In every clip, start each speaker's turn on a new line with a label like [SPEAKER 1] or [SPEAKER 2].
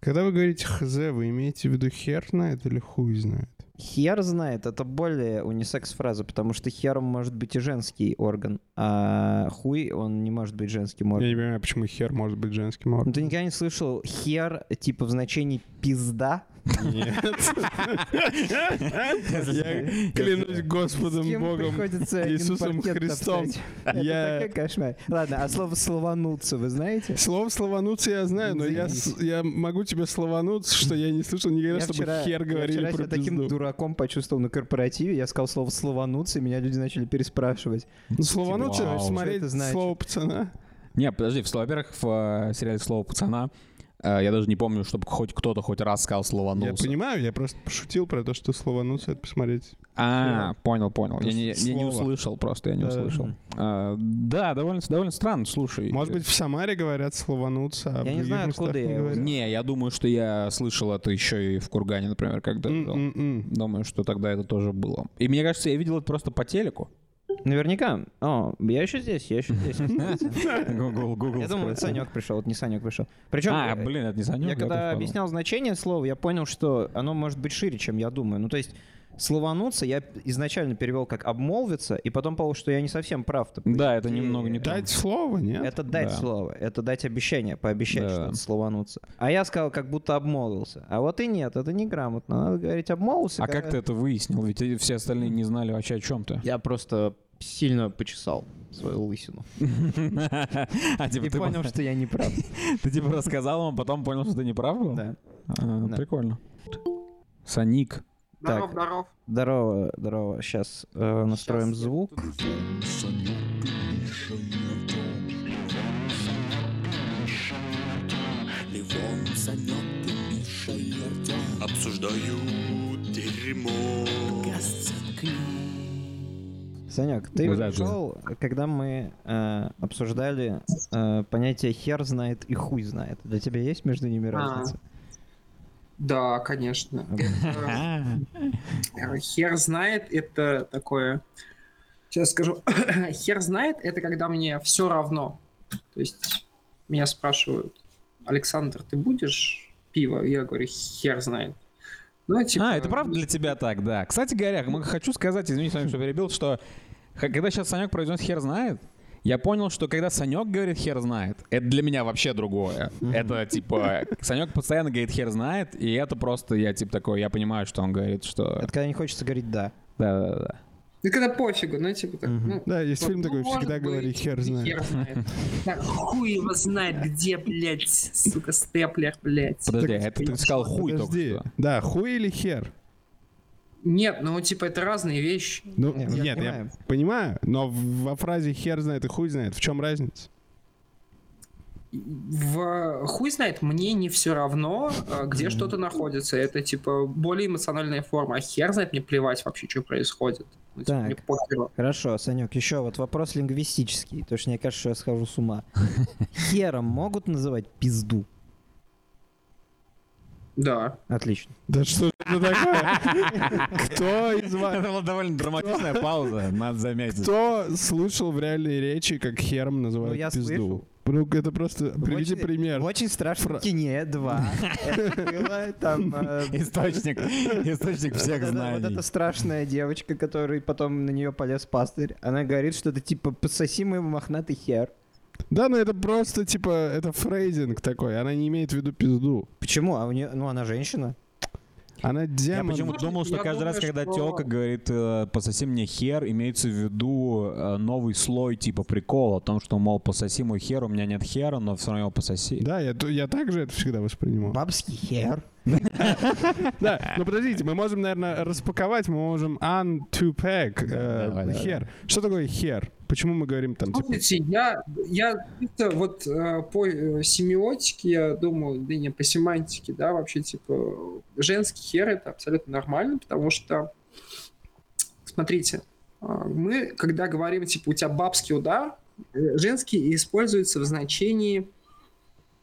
[SPEAKER 1] Когда вы говорите «хз», вы имеете в виду «хер знает» или «хуй знает»?
[SPEAKER 2] Хер знает, это более унисекс фраза, потому что хером может быть и женский орган, а хуй он не может быть женским
[SPEAKER 1] Я
[SPEAKER 2] органом.
[SPEAKER 1] не понимаю, почему хер может быть женским
[SPEAKER 2] Ну,
[SPEAKER 1] органом.
[SPEAKER 2] ты никогда не слышал хер типа в значении пизда?
[SPEAKER 1] Я клянусь
[SPEAKER 2] С
[SPEAKER 1] Господом
[SPEAKER 2] кем
[SPEAKER 1] Богом.
[SPEAKER 2] приходится один
[SPEAKER 1] Иисусом
[SPEAKER 2] паркет
[SPEAKER 1] Христом.
[SPEAKER 2] топтать?
[SPEAKER 1] Я-
[SPEAKER 2] Это такой кошмар. Ладно, а слово «словануться» вы знаете?
[SPEAKER 1] Слово «словануться» я знаю, но я, с- я могу тебе словануться, что я не слышал никогда, чтобы хер
[SPEAKER 2] я
[SPEAKER 1] говорили
[SPEAKER 2] вчера
[SPEAKER 1] про
[SPEAKER 2] себя таким
[SPEAKER 1] пизду.
[SPEAKER 2] дураком почувствовал на корпоративе. Я сказал слово «словануться», и меня люди начали переспрашивать.
[SPEAKER 1] Ну, Словануться,
[SPEAKER 3] Вау.
[SPEAKER 2] Что это
[SPEAKER 1] смотреть
[SPEAKER 2] значит?
[SPEAKER 1] слово пацана.
[SPEAKER 3] Не, подожди, в- во-первых, в э, сериале «Слово пацана» э, я даже не помню, чтобы хоть кто-то хоть раз сказал слово
[SPEAKER 1] Я
[SPEAKER 2] Ну,
[SPEAKER 3] «нулся».
[SPEAKER 1] понимаю, я просто пошутил про то, что словануться — это посмотреть.
[SPEAKER 3] А, понял, понял. Я не, я не
[SPEAKER 1] Слово.
[SPEAKER 3] услышал просто, я не
[SPEAKER 1] Да.
[SPEAKER 3] услышал. А, да, довольно, довольно странно, слушай.
[SPEAKER 1] Может быть, в Самаре говорят «словануться», а в
[SPEAKER 2] Я не
[SPEAKER 1] других
[SPEAKER 2] знаю,
[SPEAKER 1] местах
[SPEAKER 2] откуда
[SPEAKER 1] не
[SPEAKER 2] я его
[SPEAKER 1] говорят.
[SPEAKER 3] Не, я думаю, что я слышал это еще и в Кургане, например, когда жил.
[SPEAKER 1] М-м-м.
[SPEAKER 3] Думаю, что тогда это тоже было. И мне кажется, я видел это просто по телеку.
[SPEAKER 2] Наверняка. О, я еще здесь, я еще здесь.
[SPEAKER 3] Google, Google.
[SPEAKER 2] Я думал, это Санек пришел, это не Санек пришел. Причем
[SPEAKER 3] А, блин, это не Санек.
[SPEAKER 2] Я когда объяснял значение слова, я понял, что оно может быть шире, чем я думаю. Ну, то есть словануться я изначально перевел как обмолвиться, и потом понял, что я не совсем прав.
[SPEAKER 3] Да, это немного не то.
[SPEAKER 1] Дать слово, нет?
[SPEAKER 2] э, Это дать
[SPEAKER 3] Да.
[SPEAKER 2] слово, это дать обещание, пообещать
[SPEAKER 3] Да.
[SPEAKER 2] что-то, словануться. А я сказал, как будто обмолвился. А вот и нет, это неграмотно. Надо говорить обмолвился.
[SPEAKER 3] А как ты это выяснил? Ведь и все остальные не знали вообще о чем ты.
[SPEAKER 2] Я просто сильно почесал свою лысину.
[SPEAKER 3] А
[SPEAKER 2] И понял, что я не прав.
[SPEAKER 3] Ты типа рассказал ему, потом понял, что ты не прав был?
[SPEAKER 2] Да.
[SPEAKER 3] А,
[SPEAKER 2] Да.
[SPEAKER 3] Прикольно. Саник.
[SPEAKER 2] Здоров, здоров. Здорово, здорово. Сейчас настроим звук.
[SPEAKER 4] Обсуждают дерьмо.
[SPEAKER 2] Санек, ты
[SPEAKER 3] Да, да.
[SPEAKER 2] пришел, когда мы э, обсуждали э, понятие хер знает и хуй знает. Для тебя есть между ними разница?
[SPEAKER 5] Да, конечно. Это,
[SPEAKER 3] А,
[SPEAKER 5] э, Хер знает, это такое... Сейчас скажу. Хер знает, это когда мне все равно. То есть меня спрашивают, Александр, ты будешь пиво? Я говорю, хер знает. Ну, типа,
[SPEAKER 3] А, это правда для тебя так, да. Кстати говоря, м- хочу сказать, извини, Санек, что перебил, что х- когда сейчас Санек произнес «хер знает», я понял, что когда Санек говорит «хер знает», это для меня вообще другое. Это типа, Санек постоянно говорит «хер знает», и это просто, я типа такой, я понимаю, что он говорит, что...
[SPEAKER 2] Это когда не хочется говорить да.
[SPEAKER 3] Да-да-да.
[SPEAKER 5] Ну, когда пофигу, ну, типа так. ну,
[SPEAKER 1] Да, есть
[SPEAKER 5] вот,
[SPEAKER 1] фильм
[SPEAKER 5] ну,
[SPEAKER 1] такой
[SPEAKER 5] может
[SPEAKER 1] «Всегда
[SPEAKER 5] быть,
[SPEAKER 1] говори хер знает».
[SPEAKER 5] Хер знает. Да, Хуй его знает, где, блядь, сука, степлер, блядь.
[SPEAKER 3] Подожди, а это ты сказал хуй только
[SPEAKER 1] Подожди.
[SPEAKER 3] что.
[SPEAKER 1] Да, хуй или хер?
[SPEAKER 5] Нет, ну, типа, это разные вещи.
[SPEAKER 1] Ну,
[SPEAKER 2] Не,
[SPEAKER 1] нет,
[SPEAKER 2] я
[SPEAKER 1] я
[SPEAKER 2] понимаю.
[SPEAKER 1] понимаю. но в- во фразе хер знает и хуй знает. В чем разница?
[SPEAKER 5] в хуй знает, мне не все равно, э, где что-то находится. Это типа более эмоциональная форма. А хер знает, мне плевать вообще, что происходит. Ну, типа,
[SPEAKER 2] Так.
[SPEAKER 5] мне похеру.
[SPEAKER 2] Хорошо, Санек, еще вот вопрос лингвистический, потому что мне кажется, что я схожу с ума. Хером могут называть пизду?
[SPEAKER 5] Да.
[SPEAKER 2] Отлично.
[SPEAKER 1] Да что это такое? Кто из вас...
[SPEAKER 3] Это была довольно драматичная пауза, надо заметить.
[SPEAKER 1] Кто слышал в реальной речи, как хером называют
[SPEAKER 2] Ну, я
[SPEAKER 1] пизду? Ну, это просто... Приведи
[SPEAKER 2] Очень-
[SPEAKER 1] пример.
[SPEAKER 2] Очень страшно.
[SPEAKER 1] Фра-
[SPEAKER 2] В кине 2. Это было там... э,
[SPEAKER 3] Источник, источник всех
[SPEAKER 2] Да-да-да, Вот
[SPEAKER 3] знаний.
[SPEAKER 2] эта страшная девочка, который потом на нее полез пастырь, она говорит, что это типа пососи мой мохнатый хер.
[SPEAKER 1] Да, но это просто, типа, это фрейзинг такой. Она не имеет в виду пизду.
[SPEAKER 2] Почему? А у нее, ну она женщина.
[SPEAKER 1] Она
[SPEAKER 3] Я
[SPEAKER 1] демон.
[SPEAKER 3] почему-то думал, что
[SPEAKER 5] Я
[SPEAKER 3] каждый раз,
[SPEAKER 5] думаю,
[SPEAKER 3] когда
[SPEAKER 5] что-
[SPEAKER 3] тёка говорит э, «пососи мне хер», имеется в виду э, новый слой типа прикола о том, что, мол, пососи мой хер, у меня нет хера, но все равно его пососи.
[SPEAKER 1] Да, я, т- я также это всегда воспринимал.
[SPEAKER 2] Бабский хер.
[SPEAKER 1] Да, но подождите, мы можем, наверное, распаковать, мы можем un to pack э,
[SPEAKER 3] Давай, давай.
[SPEAKER 1] хер. Что такое хер? Почему мы говорим там типа
[SPEAKER 5] Слушайте, я, я чисто вот э, по э, семиотике, я думаю, да не по семантике, да, вообще, типа, женский хер это абсолютно нормально, потому что, смотрите, э, мы, когда говорим, типа, у тебя бабский удар, э, женский используется в значении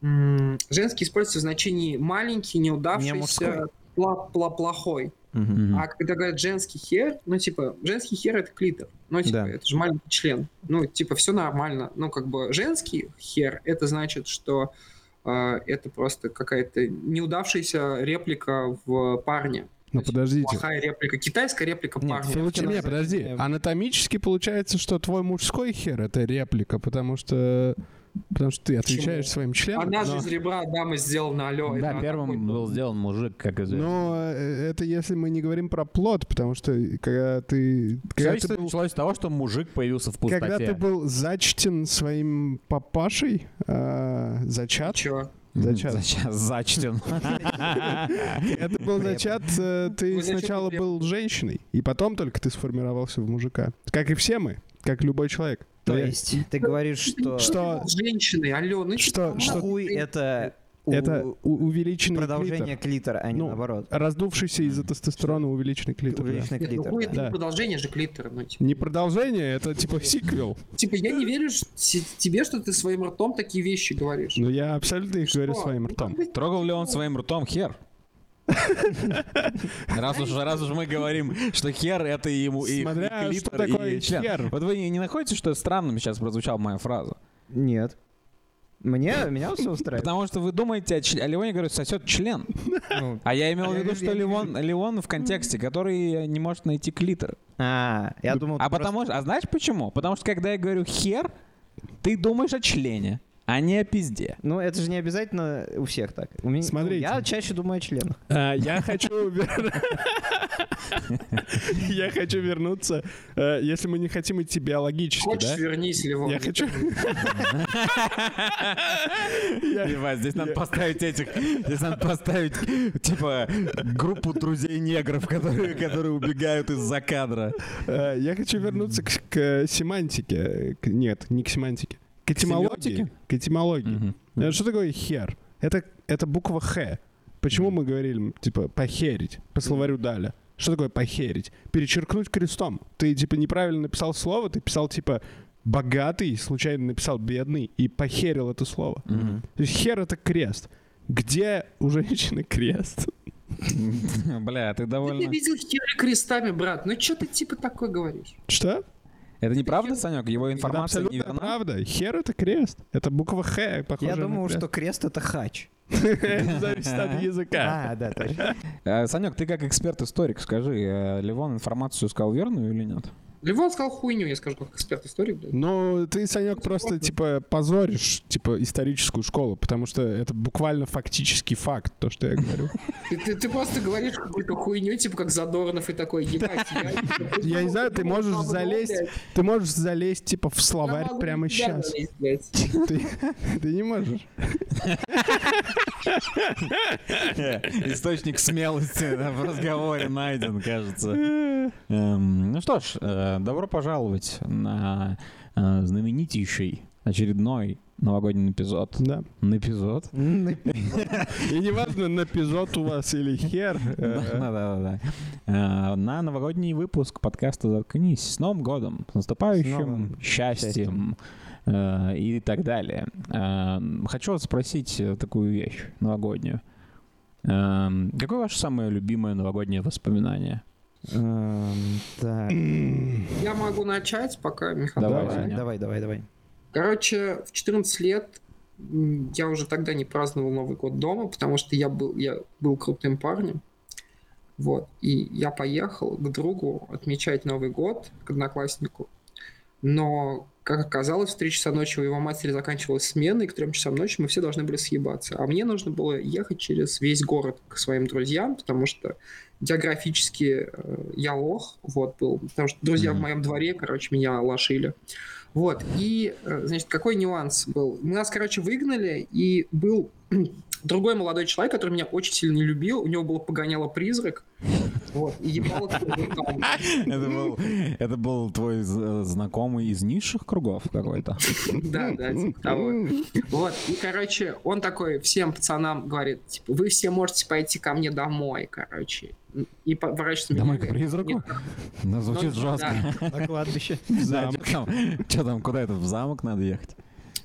[SPEAKER 5] м, женский используется в значении маленький,
[SPEAKER 2] Не мужской.
[SPEAKER 5] неудавшийся, пла- пла- плохой.
[SPEAKER 3] Мгм.
[SPEAKER 5] А когда говорят женский хер, ну, типа, женский хер это клитор. Ну, типа,
[SPEAKER 2] Да.
[SPEAKER 5] это же маленький член. Ну, типа, все нормально. Ну, как бы женский хер это значит, что э, это просто какая-то неудавшаяся реплика в парне.
[SPEAKER 1] Ну
[SPEAKER 5] То есть
[SPEAKER 1] подождите.
[SPEAKER 5] Плохая реплика, китайская реплика
[SPEAKER 2] Нет,
[SPEAKER 5] парня.
[SPEAKER 1] Получи-
[SPEAKER 2] Получилось.
[SPEAKER 1] Не, подожди.
[SPEAKER 5] Э,
[SPEAKER 2] э,
[SPEAKER 1] Анатомически получается, что твой мужской хер это реплика, потому что потому что ты отвечаешь своим членом.
[SPEAKER 5] Она же
[SPEAKER 1] но-
[SPEAKER 5] из ребра дама сделана, алло.
[SPEAKER 3] Да,
[SPEAKER 5] это
[SPEAKER 3] первым
[SPEAKER 5] такой-
[SPEAKER 3] был сделан мужик, как известно.
[SPEAKER 1] Но э, это если мы не говорим про плод, потому что э, когда ты когда,
[SPEAKER 3] Количество
[SPEAKER 1] ты был,
[SPEAKER 3] началось с того, что мужик появился в пустоте.
[SPEAKER 1] когда ты был зачтен своим папашей, э, зачат,
[SPEAKER 5] Чё?
[SPEAKER 1] зачат.
[SPEAKER 3] Сейчас зачтен.
[SPEAKER 1] Это был зачат, э, ты
[SPEAKER 5] Вы зачат
[SPEAKER 1] сначала
[SPEAKER 5] крепко.
[SPEAKER 1] был женщиной, и потом только ты сформировался в мужика. Как и все мы, как любой человек.
[SPEAKER 2] То
[SPEAKER 1] Но я-
[SPEAKER 2] есть ты говоришь, что...
[SPEAKER 1] Что,
[SPEAKER 5] Женщины, алло, ну
[SPEAKER 1] что, что
[SPEAKER 2] Хуй это... у-
[SPEAKER 1] это у- увеличенный
[SPEAKER 2] Продолжение
[SPEAKER 1] клитор.
[SPEAKER 2] клитора, а не
[SPEAKER 1] Ну,
[SPEAKER 2] наоборот.
[SPEAKER 1] Раздувшийся из-за тестостерона увеличенный клитор. да.
[SPEAKER 2] Увеличенный
[SPEAKER 5] Нет, ну
[SPEAKER 2] клитор.
[SPEAKER 5] хуй это
[SPEAKER 1] да.
[SPEAKER 5] не продолжение же клитора. Ну, типа.
[SPEAKER 1] Не продолжение, это типа сиквел.
[SPEAKER 5] Типа, я не верю ш- си- тебе, что ты своим ртом такие вещи говоришь.
[SPEAKER 1] Но Ну, я абсолютно их говорю
[SPEAKER 5] Что? Ну,
[SPEAKER 1] своим ртом.
[SPEAKER 3] Трогал ли он своим ртом хер? Раз уж, раз уж мы говорим, что хер это и ему и, и
[SPEAKER 1] Смотря, что
[SPEAKER 3] клитор, и
[SPEAKER 1] такое
[SPEAKER 3] член.
[SPEAKER 1] хер.
[SPEAKER 3] Вот вы не, не находите, что странным сейчас прозвучала моя фраза?
[SPEAKER 2] Нет. Мне, меня все устраивает.
[SPEAKER 3] Потому что вы думаете о, чл- о Леоне, говорю, сосет член.
[SPEAKER 2] Ну,
[SPEAKER 3] А я имел в
[SPEAKER 2] я
[SPEAKER 3] виду,
[SPEAKER 2] вижу,
[SPEAKER 3] что
[SPEAKER 2] я вижу.
[SPEAKER 3] Леон, Леон в контексте, который не может найти клитор.
[SPEAKER 2] А,
[SPEAKER 1] Ну,
[SPEAKER 2] я думал...
[SPEAKER 3] А
[SPEAKER 2] ты просто-
[SPEAKER 3] потому что, а знаешь почему? Потому что когда я говорю хер, ты думаешь о члене, а не о пизде.
[SPEAKER 2] Ну, это же не обязательно у всех так. У меня, ну,
[SPEAKER 1] Смотрите.
[SPEAKER 2] я чаще думаю о членах.
[SPEAKER 1] А, Я хочу... вер- Я хочу вернуться, э, если мы не хотим идти биологически,
[SPEAKER 5] Хочешь,
[SPEAKER 1] да?
[SPEAKER 5] вернись, Левон.
[SPEAKER 1] Я хочу...
[SPEAKER 3] Ебать, здесь надо поставить этих, здесь надо поставить, типа, группу друзей негров, которые, которые убегают из-за кадра.
[SPEAKER 1] Э, Я хочу вернуться к, к семантике. К- Нет, не к семантике. К этимологии.
[SPEAKER 3] Семиотике?
[SPEAKER 1] К этимологии.
[SPEAKER 3] Мгм.
[SPEAKER 1] Э, Что такое хер? Это, это буква Х. Почему мы говорили, м, типа, похерить? По словарю Даля. Что такое похерить? Перечеркнуть крестом. Ты, типа, неправильно написал слово, ты писал, типа, богатый, случайно написал бедный и похерил это слово. То есть хер — это крест. Где у женщины крест?
[SPEAKER 3] Бля, ты
[SPEAKER 5] Ты
[SPEAKER 3] довольно...
[SPEAKER 5] видел херы крестами, брат. Ну что ты типа такой говоришь?
[SPEAKER 1] Что?
[SPEAKER 3] Это неправда, Санек? Его информация
[SPEAKER 1] это абсолютно
[SPEAKER 3] неверна?
[SPEAKER 1] правда. Хер — это крест. Это буква Х, похоже
[SPEAKER 2] я
[SPEAKER 1] на
[SPEAKER 2] думал,
[SPEAKER 1] крест.
[SPEAKER 2] что крест — это хач.
[SPEAKER 1] Это зависит от языка.
[SPEAKER 2] А, да, точно.
[SPEAKER 3] Э, Санек, ты как эксперт-историк, скажи, э, Левон информацию сказал верную или нет?
[SPEAKER 5] Левон сказал хуйню, я скажу, как эксперт-историк, блядь.
[SPEAKER 1] Ну, ты, Санек, просто, типа, позоришь, типа, историческую школу, потому что это буквально фактический факт, то, что я говорю.
[SPEAKER 5] Ты, ты- ты просто говоришь какую-то хуйню, типа как Задорнов и такой, ебать, я...
[SPEAKER 1] Я не знаю, ты можешь
[SPEAKER 5] Говно,
[SPEAKER 1] залезть,
[SPEAKER 5] блядь.
[SPEAKER 1] ты можешь залезть, типа, в
[SPEAKER 5] Я
[SPEAKER 1] словарь
[SPEAKER 5] могу
[SPEAKER 1] прямо
[SPEAKER 5] тебя
[SPEAKER 1] сейчас.
[SPEAKER 5] залезть, блядь.
[SPEAKER 1] Ты ты не можешь.
[SPEAKER 3] Источник смелости в разговоре найден, кажется. Эм, Ну что ж, э, добро пожаловать на э, знаменитейший очередной новогодний эпизод.
[SPEAKER 1] Да.
[SPEAKER 3] На эпизод?
[SPEAKER 1] И неважно, на эпизод у вас или хер.
[SPEAKER 3] Ну
[SPEAKER 1] э,
[SPEAKER 3] Да-да-да. Э, На новогодний выпуск подкаста «Заткнись». С Новым годом! С
[SPEAKER 2] С
[SPEAKER 3] наступающим
[SPEAKER 2] новым
[SPEAKER 3] счастьем! э, И так далее. Эм, Хочу вас спросить э, такую вещь новогоднюю. Эм, Какое ваше самое любимое новогоднее воспоминание?
[SPEAKER 2] Эм, Так,
[SPEAKER 5] Я могу начать, пока Михаил.
[SPEAKER 3] Давай,
[SPEAKER 1] Давай.
[SPEAKER 3] Саня.
[SPEAKER 2] давай, давай, давай.
[SPEAKER 5] Короче, в 14 лет м, я уже тогда не праздновал Новый год дома, потому что я был, я был крутым парнем. Вот. И я поехал к другу отмечать Новый год, к однокласснику. Но, как оказалось, в 3 часа ночи у его матери заканчивалась смена, и к 3 часам ночи мы все должны были съебаться. А мне нужно было ехать через весь город к своим друзьям, потому что географически э, я лох, вот, был. Потому что друзья в
[SPEAKER 3] Мгм.
[SPEAKER 5] моем дворе, короче, меня лошили. Вот, и, э, значит, какой нюанс был? Мы Нас, короче, выгнали, и был другой молодой человек, который меня очень сильно не любил, у него было погоняло призрак, вот, и ебало там.
[SPEAKER 3] Это был, это был твой з- э, знакомый из низших кругов какой-то.
[SPEAKER 5] Да, да, типа того. Вот, и, короче, он такой всем пацанам говорит, типа, вы все можете пойти ко мне домой, короче. И поворачивается
[SPEAKER 3] Домой к
[SPEAKER 5] и говорит,
[SPEAKER 3] призраку?
[SPEAKER 5] «Нет,
[SPEAKER 3] Ну, звучит
[SPEAKER 5] да.
[SPEAKER 3] жестко.
[SPEAKER 2] На кладбище.
[SPEAKER 3] Что там, чё там, куда это, в замок надо ехать?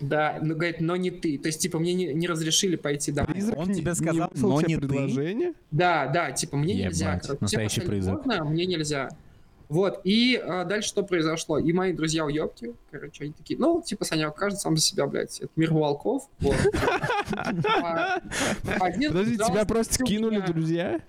[SPEAKER 5] Да, ну, говорит, но не ты. То есть, типа, мне не, не разрешили пойти домой.
[SPEAKER 1] призрак
[SPEAKER 3] Он
[SPEAKER 1] не-
[SPEAKER 3] тебе
[SPEAKER 1] не
[SPEAKER 3] сказал,
[SPEAKER 1] выслал
[SPEAKER 3] но
[SPEAKER 1] тебе
[SPEAKER 3] не ты?
[SPEAKER 1] предложение?
[SPEAKER 5] Да, да, типа, мне
[SPEAKER 3] Ебать,
[SPEAKER 5] нельзя. короче. Всем
[SPEAKER 3] настоящий
[SPEAKER 5] остальным
[SPEAKER 3] призрак.
[SPEAKER 5] можно, а мне нельзя. Вот, и а, дальше что произошло? И мои друзья уебки, короче, они такие, ну, типа, Санек, каждый сам за себя, блядь, это мир волков. Вот. А, один
[SPEAKER 1] Подожди,
[SPEAKER 5] взял-
[SPEAKER 1] тебя просто
[SPEAKER 5] пустил
[SPEAKER 1] кинули
[SPEAKER 5] меня-
[SPEAKER 1] друзья?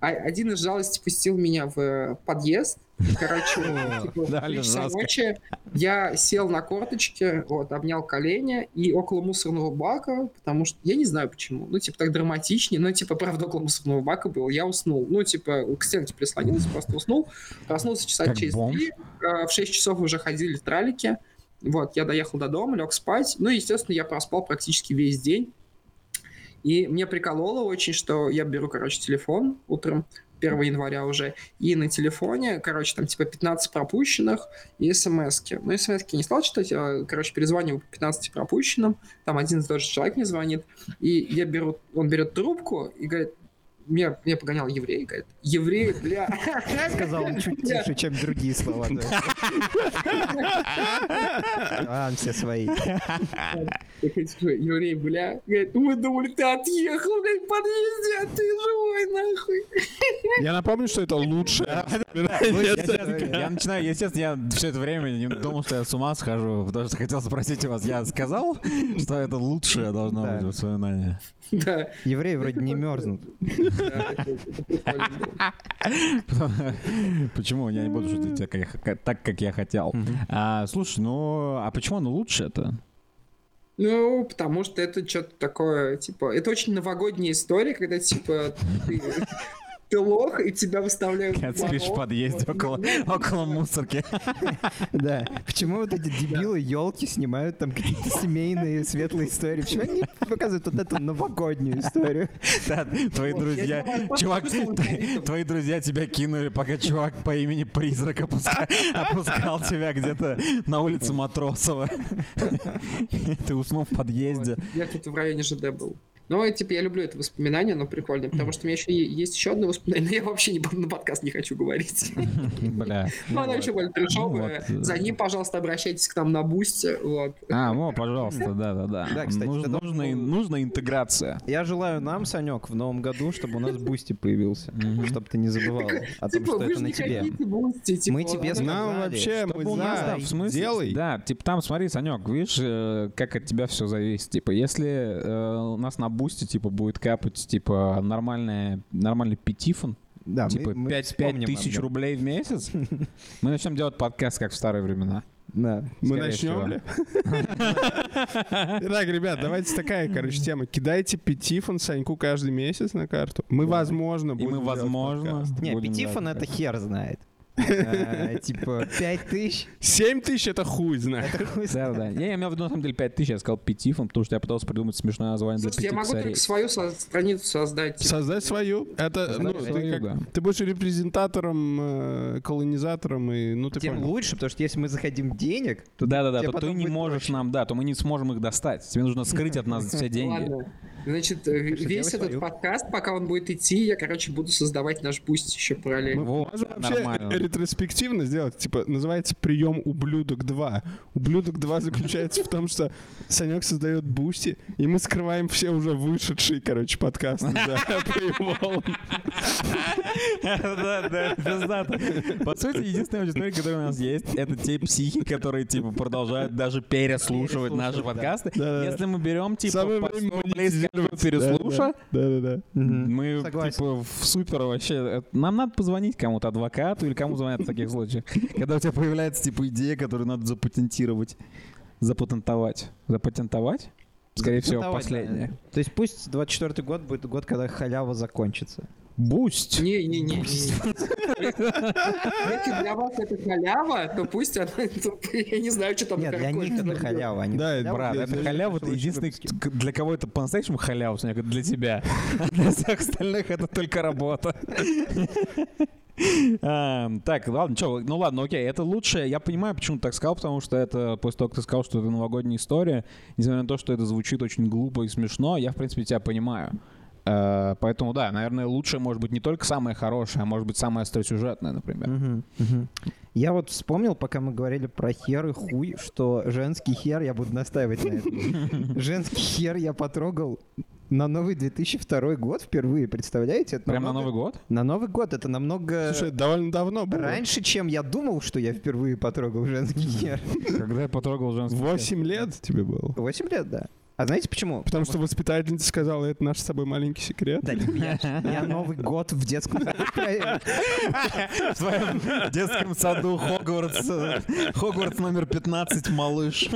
[SPEAKER 5] а- Один из жалости пустил меня в э, подъезд. И, Короче, типа, в
[SPEAKER 3] дали
[SPEAKER 5] три часа
[SPEAKER 3] жестко.
[SPEAKER 5] ночи я сел на корточке, вот, обнял колени и около мусорного бака, потому что я не знаю почему, ну, типа, так драматичнее, но, типа, правда, около мусорного бака был, я уснул, ну, типа, к стенке прислонился, просто уснул, проснулся часа
[SPEAKER 3] Как
[SPEAKER 5] через
[SPEAKER 3] бомж.
[SPEAKER 5] три, э, в 6 часов уже ходили тралики, вот, я доехал до дома, лег спать, ну, естественно, я проспал практически весь день, и мне прикололо очень, что я беру, короче, телефон утром, 1 января уже, и на телефоне, короче, там типа 15 пропущенных и смс -ки. Ну, смс я не стал читать, я, короче, перезваниваю по 15 пропущенным, там один и тот же человек мне звонит, и я беру, он берет трубку и говорит, меня, меня погонял еврей, говорит, еврей, бля.
[SPEAKER 2] Сказал он чуть
[SPEAKER 5] Я-
[SPEAKER 2] тише, чем другие слова. да. Ладно, все свои.
[SPEAKER 5] Я говорю, типа, еврей, бля. Говорит, мы думали, ты отъехал, блядь, в подъезде, а ты живой, нахуй.
[SPEAKER 1] Я напомню, что это лучшее.
[SPEAKER 3] Я начинаю, естественно, я все это время не думал, что я с ума схожу, потому что хотел спросить у вас, я сказал, что это лучшее должно
[SPEAKER 2] Да.
[SPEAKER 3] быть воспоминание?
[SPEAKER 5] Да,
[SPEAKER 2] Евреи вроде не мерзнут.
[SPEAKER 5] да, это- это прикольно было.
[SPEAKER 3] Почему? Я не буду шутить так, как я х- так, как я хотел. А, Слушай, ну, а почему оно лучше-то?
[SPEAKER 5] Ну, потому что это что-то такое, типа, это очень новогодняя история, когда, типа, ты, ты лох, и тебя выставляют
[SPEAKER 3] Когда спишь в
[SPEAKER 5] лохом.
[SPEAKER 3] подъезде
[SPEAKER 5] ну
[SPEAKER 3] около, около мусорки.
[SPEAKER 2] Да. Почему вот эти дебилы елки снимают там какие-то семейные светлые истории? Почему они не показывают вот эту новогоднюю историю?
[SPEAKER 3] Да, твои
[SPEAKER 5] Вот, я
[SPEAKER 3] друзья,
[SPEAKER 5] думаю, просто
[SPEAKER 3] чувак,
[SPEAKER 5] чувствовал
[SPEAKER 3] твои,
[SPEAKER 5] конфликт.
[SPEAKER 3] твои друзья тебя кинули, пока чувак по имени Призрак опуска- опускал тебя где-то на улице Матросова. Ты уснул в подъезде.
[SPEAKER 5] Вот. Я тут в районе ЖД был. Но, типа, я люблю это воспоминание, оно прикольное, потому что у меня еще е- есть еще одно воспоминание, но я вообще не, на подкаст не хочу говорить.
[SPEAKER 3] Бля.
[SPEAKER 5] Ну, оно еще более трешовое.
[SPEAKER 3] вот, э.
[SPEAKER 5] За ним, пожалуйста, обращайтесь к нам на бусте. Вот.
[SPEAKER 3] А, ну, пожалуйста, да, да, да.
[SPEAKER 2] Да, кстати,
[SPEAKER 3] Нуж-
[SPEAKER 2] ты должен
[SPEAKER 3] нужна,
[SPEAKER 2] был-
[SPEAKER 3] нужна интеграция.
[SPEAKER 2] Я желаю нам, Санек, в новом году, чтобы у нас Бусти появился.
[SPEAKER 3] Мгм.
[SPEAKER 2] Чтобы ты не забывал о том,
[SPEAKER 5] Типа,
[SPEAKER 2] что
[SPEAKER 5] вы
[SPEAKER 2] это
[SPEAKER 5] же
[SPEAKER 2] на
[SPEAKER 5] не
[SPEAKER 2] тебе.
[SPEAKER 5] хотите Boosty, типа,
[SPEAKER 2] Мы тебе
[SPEAKER 5] оно-
[SPEAKER 2] знаем.
[SPEAKER 1] Нам
[SPEAKER 2] Сказали,
[SPEAKER 1] вообще,
[SPEAKER 2] чтобы
[SPEAKER 1] мы
[SPEAKER 2] у нас
[SPEAKER 1] за,
[SPEAKER 2] там
[SPEAKER 3] в смысле,
[SPEAKER 1] делай.
[SPEAKER 3] Да, типа там, смотри, Санек, видишь, э, как от тебя все зависит. Типа, если э, у нас на бусте, типа, будет капать, типа, нормальная, нормальный пятифон,
[SPEAKER 2] Да,
[SPEAKER 3] типа,
[SPEAKER 2] мы- мы
[SPEAKER 3] 5,
[SPEAKER 2] вспомним
[SPEAKER 3] тысяч
[SPEAKER 2] об нем.
[SPEAKER 3] рублей в месяц, мы начнем делать подкаст, как в старые времена.
[SPEAKER 2] Да.
[SPEAKER 1] Мы
[SPEAKER 3] Скорее всего.
[SPEAKER 1] начнем, ли? Итак, ребят, давайте такая, короче, тема. Кидайте пятифон Саньку каждый месяц на карту. Мы, возможно,
[SPEAKER 3] И
[SPEAKER 1] будем
[SPEAKER 3] мы,
[SPEAKER 1] делать
[SPEAKER 3] возможно,
[SPEAKER 1] подкаст.
[SPEAKER 2] Не,
[SPEAKER 3] будем
[SPEAKER 2] пятифон
[SPEAKER 3] делать
[SPEAKER 2] это хер знает. Э, Типа, пять тысяч?
[SPEAKER 1] Семь тысяч — это хуй знает.
[SPEAKER 2] Это хуй
[SPEAKER 3] Да, да. Не, я имел в виду, на самом деле, 5000, я сказал пятифон, потому что я пытался придумать смешное название для
[SPEAKER 5] Слушайте, я
[SPEAKER 3] пяти
[SPEAKER 5] могу
[SPEAKER 3] царей.
[SPEAKER 5] только свою со- страницу создать. типа,
[SPEAKER 1] Создай свою. Это, ну,
[SPEAKER 3] Создай свою,
[SPEAKER 1] ты, как-
[SPEAKER 3] да.
[SPEAKER 1] ты будешь репрезентатором, э, колонизатором, и, ну, ты
[SPEAKER 2] Тем
[SPEAKER 1] понял.
[SPEAKER 2] лучше, потому что если мы заходим денег, то
[SPEAKER 3] Да-да-да,
[SPEAKER 2] тебе
[SPEAKER 3] то ты
[SPEAKER 2] потом
[SPEAKER 3] не
[SPEAKER 2] будет
[SPEAKER 3] можешь
[SPEAKER 2] проще.
[SPEAKER 3] нам, да, то мы не сможем их достать. Тебе нужно скрыть от нас все деньги.
[SPEAKER 5] Ладно. Значит, э,
[SPEAKER 2] что,
[SPEAKER 5] весь
[SPEAKER 2] делай
[SPEAKER 5] этот
[SPEAKER 2] свою.
[SPEAKER 5] подкаст, пока он будет идти, я, короче, буду создавать наш буст еще
[SPEAKER 2] Ну,
[SPEAKER 5] параллельно.
[SPEAKER 3] Вот,
[SPEAKER 1] Можем
[SPEAKER 3] да,
[SPEAKER 1] вообще ретроспективно сделать, типа, называется прием «Ублюдок 2». «Ублюдок 2» заключается в том, что Санек создает бусти, и мы скрываем все уже вышедшие, короче, подкасты за paywall.
[SPEAKER 3] Да, да, пиздато. По сути, единственная аудитория, которая у нас есть, это те психи, которые, типа, продолжают даже переслушивать наши подкасты.
[SPEAKER 1] Да-да-да.
[SPEAKER 3] Если мы берем, типа,
[SPEAKER 1] Самое
[SPEAKER 3] по
[SPEAKER 1] время
[SPEAKER 3] 100 рублей с каждого переслуша,
[SPEAKER 1] Да-да-да.
[SPEAKER 2] Ну,
[SPEAKER 3] мы,
[SPEAKER 2] Согласен.
[SPEAKER 3] типа, в супер вообще... Нам надо позвонить кому-то, адвокату, или кому звонят в таких случаях. Когда у тебя появляется, типа, идея, которую надо запатентировать. Запатентовать. Запатентовать? Скорее всего,
[SPEAKER 2] Патентовать, да.
[SPEAKER 3] последнее.
[SPEAKER 2] То есть пусть 24-й год будет год, когда халява закончится.
[SPEAKER 3] Бусть.
[SPEAKER 5] Не-не-не. Если для вас это халява, то пусть она... то Я не знаю, что там...
[SPEAKER 2] Нет, для
[SPEAKER 5] такое.
[SPEAKER 2] них это халява. они-
[SPEAKER 1] Да, это
[SPEAKER 3] Брат,
[SPEAKER 1] Я-
[SPEAKER 3] это
[SPEAKER 1] я-
[SPEAKER 3] халява, это
[SPEAKER 2] слышал очень
[SPEAKER 3] единственный,
[SPEAKER 2] выпуски.
[SPEAKER 3] к- для кого это по-настоящему халява, Санек, это для тебя. А для всех остальных это только работа. Ам, Так, ладно, чё, ну ладно, окей, это лучше. Я понимаю, почему ты так сказал, потому что это, после того, как ты сказал, что это новогодняя история, несмотря на то, что это звучит очень глупо и смешно, я, в принципе, тебя понимаю. Э, Поэтому, да, наверное, лучшее может быть не только самое хорошее, а может быть самое остросюжетное, например.
[SPEAKER 2] Мгм, мгм. Я вот вспомнил, пока мы говорили про хер и хуй, что женский хер, я буду настаивать на этом. Женский хер я потрогал На новый 2002 год впервые, представляете? Это
[SPEAKER 3] Прям на
[SPEAKER 2] намного-
[SPEAKER 3] Новый год?
[SPEAKER 2] На Новый год это намного
[SPEAKER 1] Слушай, это довольно давно было.
[SPEAKER 2] раньше, чем я думал, что я впервые потрогал женский гер.
[SPEAKER 3] Когда я потрогал женский
[SPEAKER 1] Восемь лет тебе было.
[SPEAKER 2] 8 лет, да. А знаете почему?
[SPEAKER 1] Потому что воспитательница сказала, это наш с тобой маленький секрет.
[SPEAKER 2] Да, я, я Новый год в детском саду провел.
[SPEAKER 6] В твоем детском саду Хогвартс, э, Хогвартс номер 15, малыш.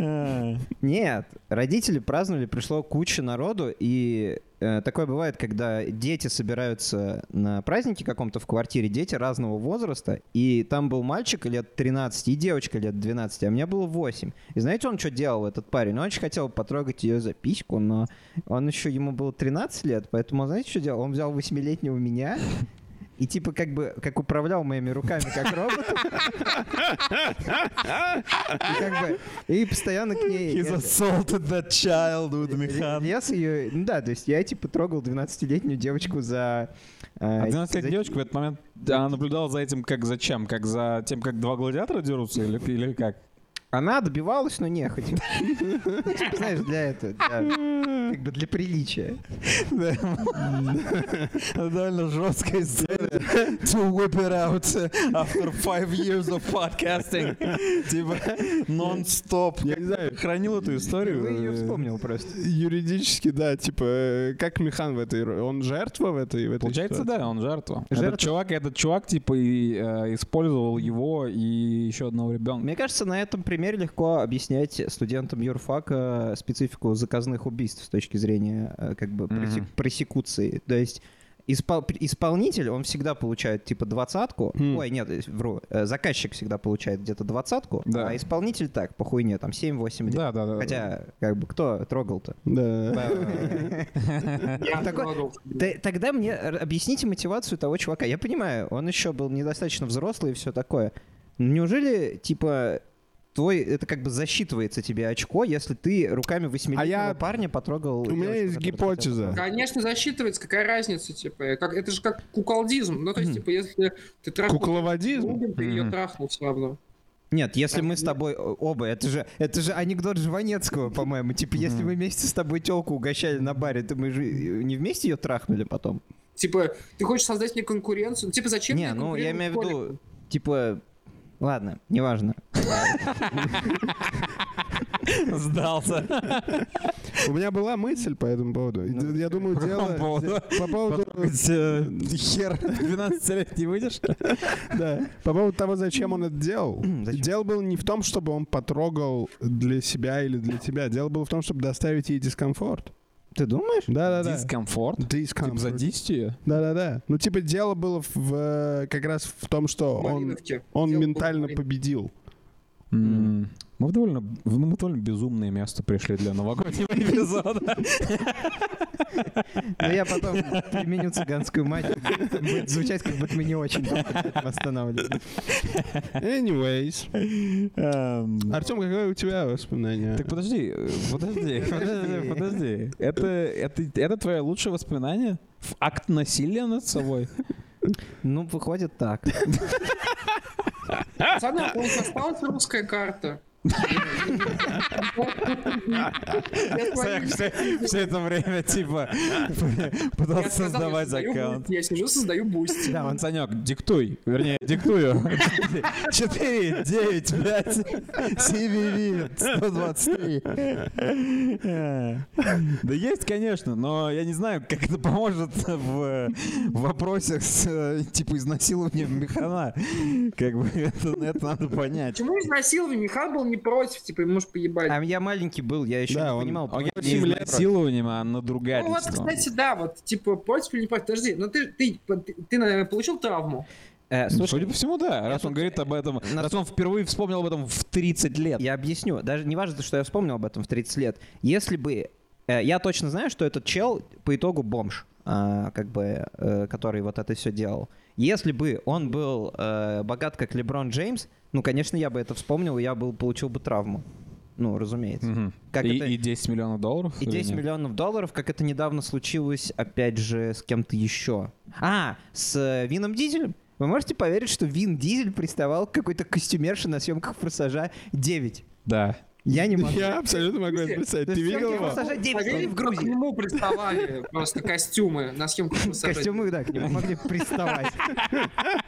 [SPEAKER 2] Э, Нет, родители праздновали, пришло куча народу, и э, такое бывает, когда дети собираются на празднике каком-то в квартире, дети разного возраста, и там был мальчик лет 13 и девочка лет 12, а мне было 8. И знаете, он что делал, этот парень? Он очень хотел потрогать ее за письку, но он еще, ему было 13 лет, поэтому, знаете, что делал? Он взял 8-летнего меня, и типа как бы, как управлял моими руками, как робот. И как бы, и постоянно к ней...
[SPEAKER 6] He's assaulted that child
[SPEAKER 2] э,
[SPEAKER 6] with
[SPEAKER 2] Ре-
[SPEAKER 6] Михан.
[SPEAKER 2] Лес ее... Ну да, то есть я типа трогал 12-летнюю девочку за...
[SPEAKER 3] А
[SPEAKER 2] э,
[SPEAKER 3] 12-летняя
[SPEAKER 2] за-
[SPEAKER 3] девочка в этот момент, да, она наблюдала за этим как за чем? Как за тем, как два гладиатора дерутся или, или как?
[SPEAKER 2] Она добивалась, но не хотела. Типа, Знаешь, для этого, для- как бы для приличия.
[SPEAKER 6] Это довольно жесткая история. To whip it out after five years of podcasting. Типа, нон-стоп.
[SPEAKER 1] Я не знаю,
[SPEAKER 3] Хранил эту историю.
[SPEAKER 2] Ты ее вспомнил просто.
[SPEAKER 1] юридически, да, типа, э, как Михан в этой... ро- Он жертва в этой... в этой
[SPEAKER 3] Получается,
[SPEAKER 1] ситуации?
[SPEAKER 3] да, он жертва.
[SPEAKER 2] Жертва.
[SPEAKER 3] Этот чувак, этот чувак, типа, и, э, использовал его и еще одного ребенка.
[SPEAKER 2] Мне кажется, на этом примере легко объяснять студентам юрфака специфику заказных убийств с точки зрения э, как бы
[SPEAKER 3] Мгм.
[SPEAKER 2] пресек- пресекуции. То есть испол- при- исполнитель, он всегда получает типа двадцатку.
[SPEAKER 1] Хм.
[SPEAKER 2] Ой, нет, э, вру. Э, Заказчик всегда получает где-то двадцатку,
[SPEAKER 3] Да.
[SPEAKER 2] а исполнитель так, по хуйне, там 7-8 лет.
[SPEAKER 3] Да, да, да.
[SPEAKER 2] Хотя, как бы, кто трогал-то?
[SPEAKER 1] Да.
[SPEAKER 5] Я
[SPEAKER 2] Такой-
[SPEAKER 5] трогал.
[SPEAKER 2] Т- Тогда мне р- объясните мотивацию того чувака. Я понимаю, он еще был недостаточно взрослый и все такое. Но Неужели, типа, твой, это как бы засчитывается тебе очко, если ты руками восьмилетнего
[SPEAKER 1] А я-
[SPEAKER 2] парня потрогал...
[SPEAKER 1] У меня
[SPEAKER 2] девочку,
[SPEAKER 1] есть
[SPEAKER 2] которая тебя
[SPEAKER 1] гипотеза.
[SPEAKER 5] Конечно, засчитывается, какая разница, типа, э, как, это же как куколдизм. Ну, то есть, типа, если ты трахнул
[SPEAKER 1] Кукловодизм?
[SPEAKER 5] другом, ты ее
[SPEAKER 3] Мгм.
[SPEAKER 5] трахнул все равно.
[SPEAKER 2] Нет,
[SPEAKER 1] А
[SPEAKER 2] если мы с тобой о- оба, это же, это же анекдот Жванецкого, по-моему. Типа, если мы вместе с тобой телку угощали на баре, то мы же не вместе ее трахнули потом.
[SPEAKER 5] Типа, ты хочешь создать мне конкуренцию? Ну, Типа, зачем
[SPEAKER 2] Не,
[SPEAKER 5] мне
[SPEAKER 2] ну я имею
[SPEAKER 5] конкурировать
[SPEAKER 2] в виду, типа, ладно, неважно.
[SPEAKER 6] Сдался.
[SPEAKER 1] У меня была мысль по этому поводу. И Я думаю,
[SPEAKER 6] по какому
[SPEAKER 1] дело...
[SPEAKER 6] поводу?
[SPEAKER 1] По поводу...
[SPEAKER 6] Хоть, э, Хер 12-летний выдержка.
[SPEAKER 1] Да. По поводу того, зачем он это делал.
[SPEAKER 2] Зачем?
[SPEAKER 1] Дело было не в том, чтобы он потрогал для себя или для тебя. Дело было в том, чтобы доставить ей дискомфорт.
[SPEAKER 2] Ты думаешь?
[SPEAKER 1] Да-да-да.
[SPEAKER 3] Дискомфорт. Типа за
[SPEAKER 1] Дискомфорт.
[SPEAKER 3] дистию?
[SPEAKER 1] Да-да-да. Ну, типа, дело было в, э, как раз в том, что
[SPEAKER 5] в
[SPEAKER 1] он,
[SPEAKER 5] Малиновке?
[SPEAKER 1] он
[SPEAKER 5] Дело было в
[SPEAKER 1] ментально
[SPEAKER 5] Малиновке.
[SPEAKER 1] победил.
[SPEAKER 3] М. Мы в довольно, в- мы в довольно безумное место пришли для новогоднего эпизода.
[SPEAKER 2] Но я потом применю цыганскую мать. Будет звучать, как будто мы не очень восстанавливаем.
[SPEAKER 1] Anyways.
[SPEAKER 3] Эм,
[SPEAKER 1] Артем, какое у тебя воспоминание?
[SPEAKER 3] Так подожди, э, подожди, подожди, подожди. Это, это, это твое лучшее воспоминание? В акт насилия над собой?
[SPEAKER 2] Ну, выходит так.
[SPEAKER 5] Пацаны, у вас осталась русская карта. Я
[SPEAKER 6] Саяк
[SPEAKER 5] своим-
[SPEAKER 6] все, все это время, типа,
[SPEAKER 5] я сказал,
[SPEAKER 6] пытался
[SPEAKER 5] я
[SPEAKER 6] создавать
[SPEAKER 5] создаю
[SPEAKER 6] аккаунт.
[SPEAKER 5] буст. Я сижу, создаю бусти.
[SPEAKER 3] Да, Санек, диктуй. Вернее, диктую.
[SPEAKER 6] 4, 9, 5, 7, 123.
[SPEAKER 3] Да есть, конечно, но я не знаю, как это поможет в вопросах с э, типа изнасилованием механа. Как бы это, это надо понять.
[SPEAKER 5] Почему изнасилование? Михаил был не против, типа, ему же поебать.
[SPEAKER 2] А я маленький был, я еще
[SPEAKER 1] Да,
[SPEAKER 2] не
[SPEAKER 1] он-
[SPEAKER 2] понимал.
[SPEAKER 3] Он
[SPEAKER 2] почему
[SPEAKER 3] не
[SPEAKER 2] я не против.
[SPEAKER 3] изнасилованием, а
[SPEAKER 5] Ну вот,
[SPEAKER 3] надругательством.
[SPEAKER 5] кстати, да, вот, типа, против или не против. Подожди, ну ты, ты, ты, ты, наверное, получил травму.
[SPEAKER 2] Э,
[SPEAKER 3] Судя
[SPEAKER 2] Слушай, э,
[SPEAKER 3] по всему, да. Раз он говорит об этом, раз он впервые вспомнил об этом в 30 лет.
[SPEAKER 2] я объясню. Даже не важно, что я вспомнил об этом в 30 лет. Если бы... э, Я точно знаю, что этот чел по итогу бомж, а, как бы, э, который вот это все делал. Если бы он был э, богат, как Леброн Джеймс, ну, конечно, я бы это вспомнил, и я был, получил бы травму. Ну, разумеется.
[SPEAKER 3] Мгм.
[SPEAKER 2] Как
[SPEAKER 3] и,
[SPEAKER 2] это-
[SPEAKER 3] и 10 миллионов долларов?
[SPEAKER 2] И
[SPEAKER 3] или
[SPEAKER 2] 10
[SPEAKER 3] нет?
[SPEAKER 2] миллионов долларов, как это недавно случилось, опять же, с кем-то еще. А, с э, Вином Дизелем? Вы можете поверить, что Вин Дизель приставал к какой-то костюмерше на съемках «Форсажа 9»?
[SPEAKER 3] Да.
[SPEAKER 2] Я не могу.
[SPEAKER 1] Я абсолютно могу это представить. Ты видел его?
[SPEAKER 2] Сажать
[SPEAKER 5] Смотри,
[SPEAKER 2] в Грузии.
[SPEAKER 5] К нему приставали просто костюмы на схемку посажать.
[SPEAKER 2] Костюмы, да, к нему могли приставать.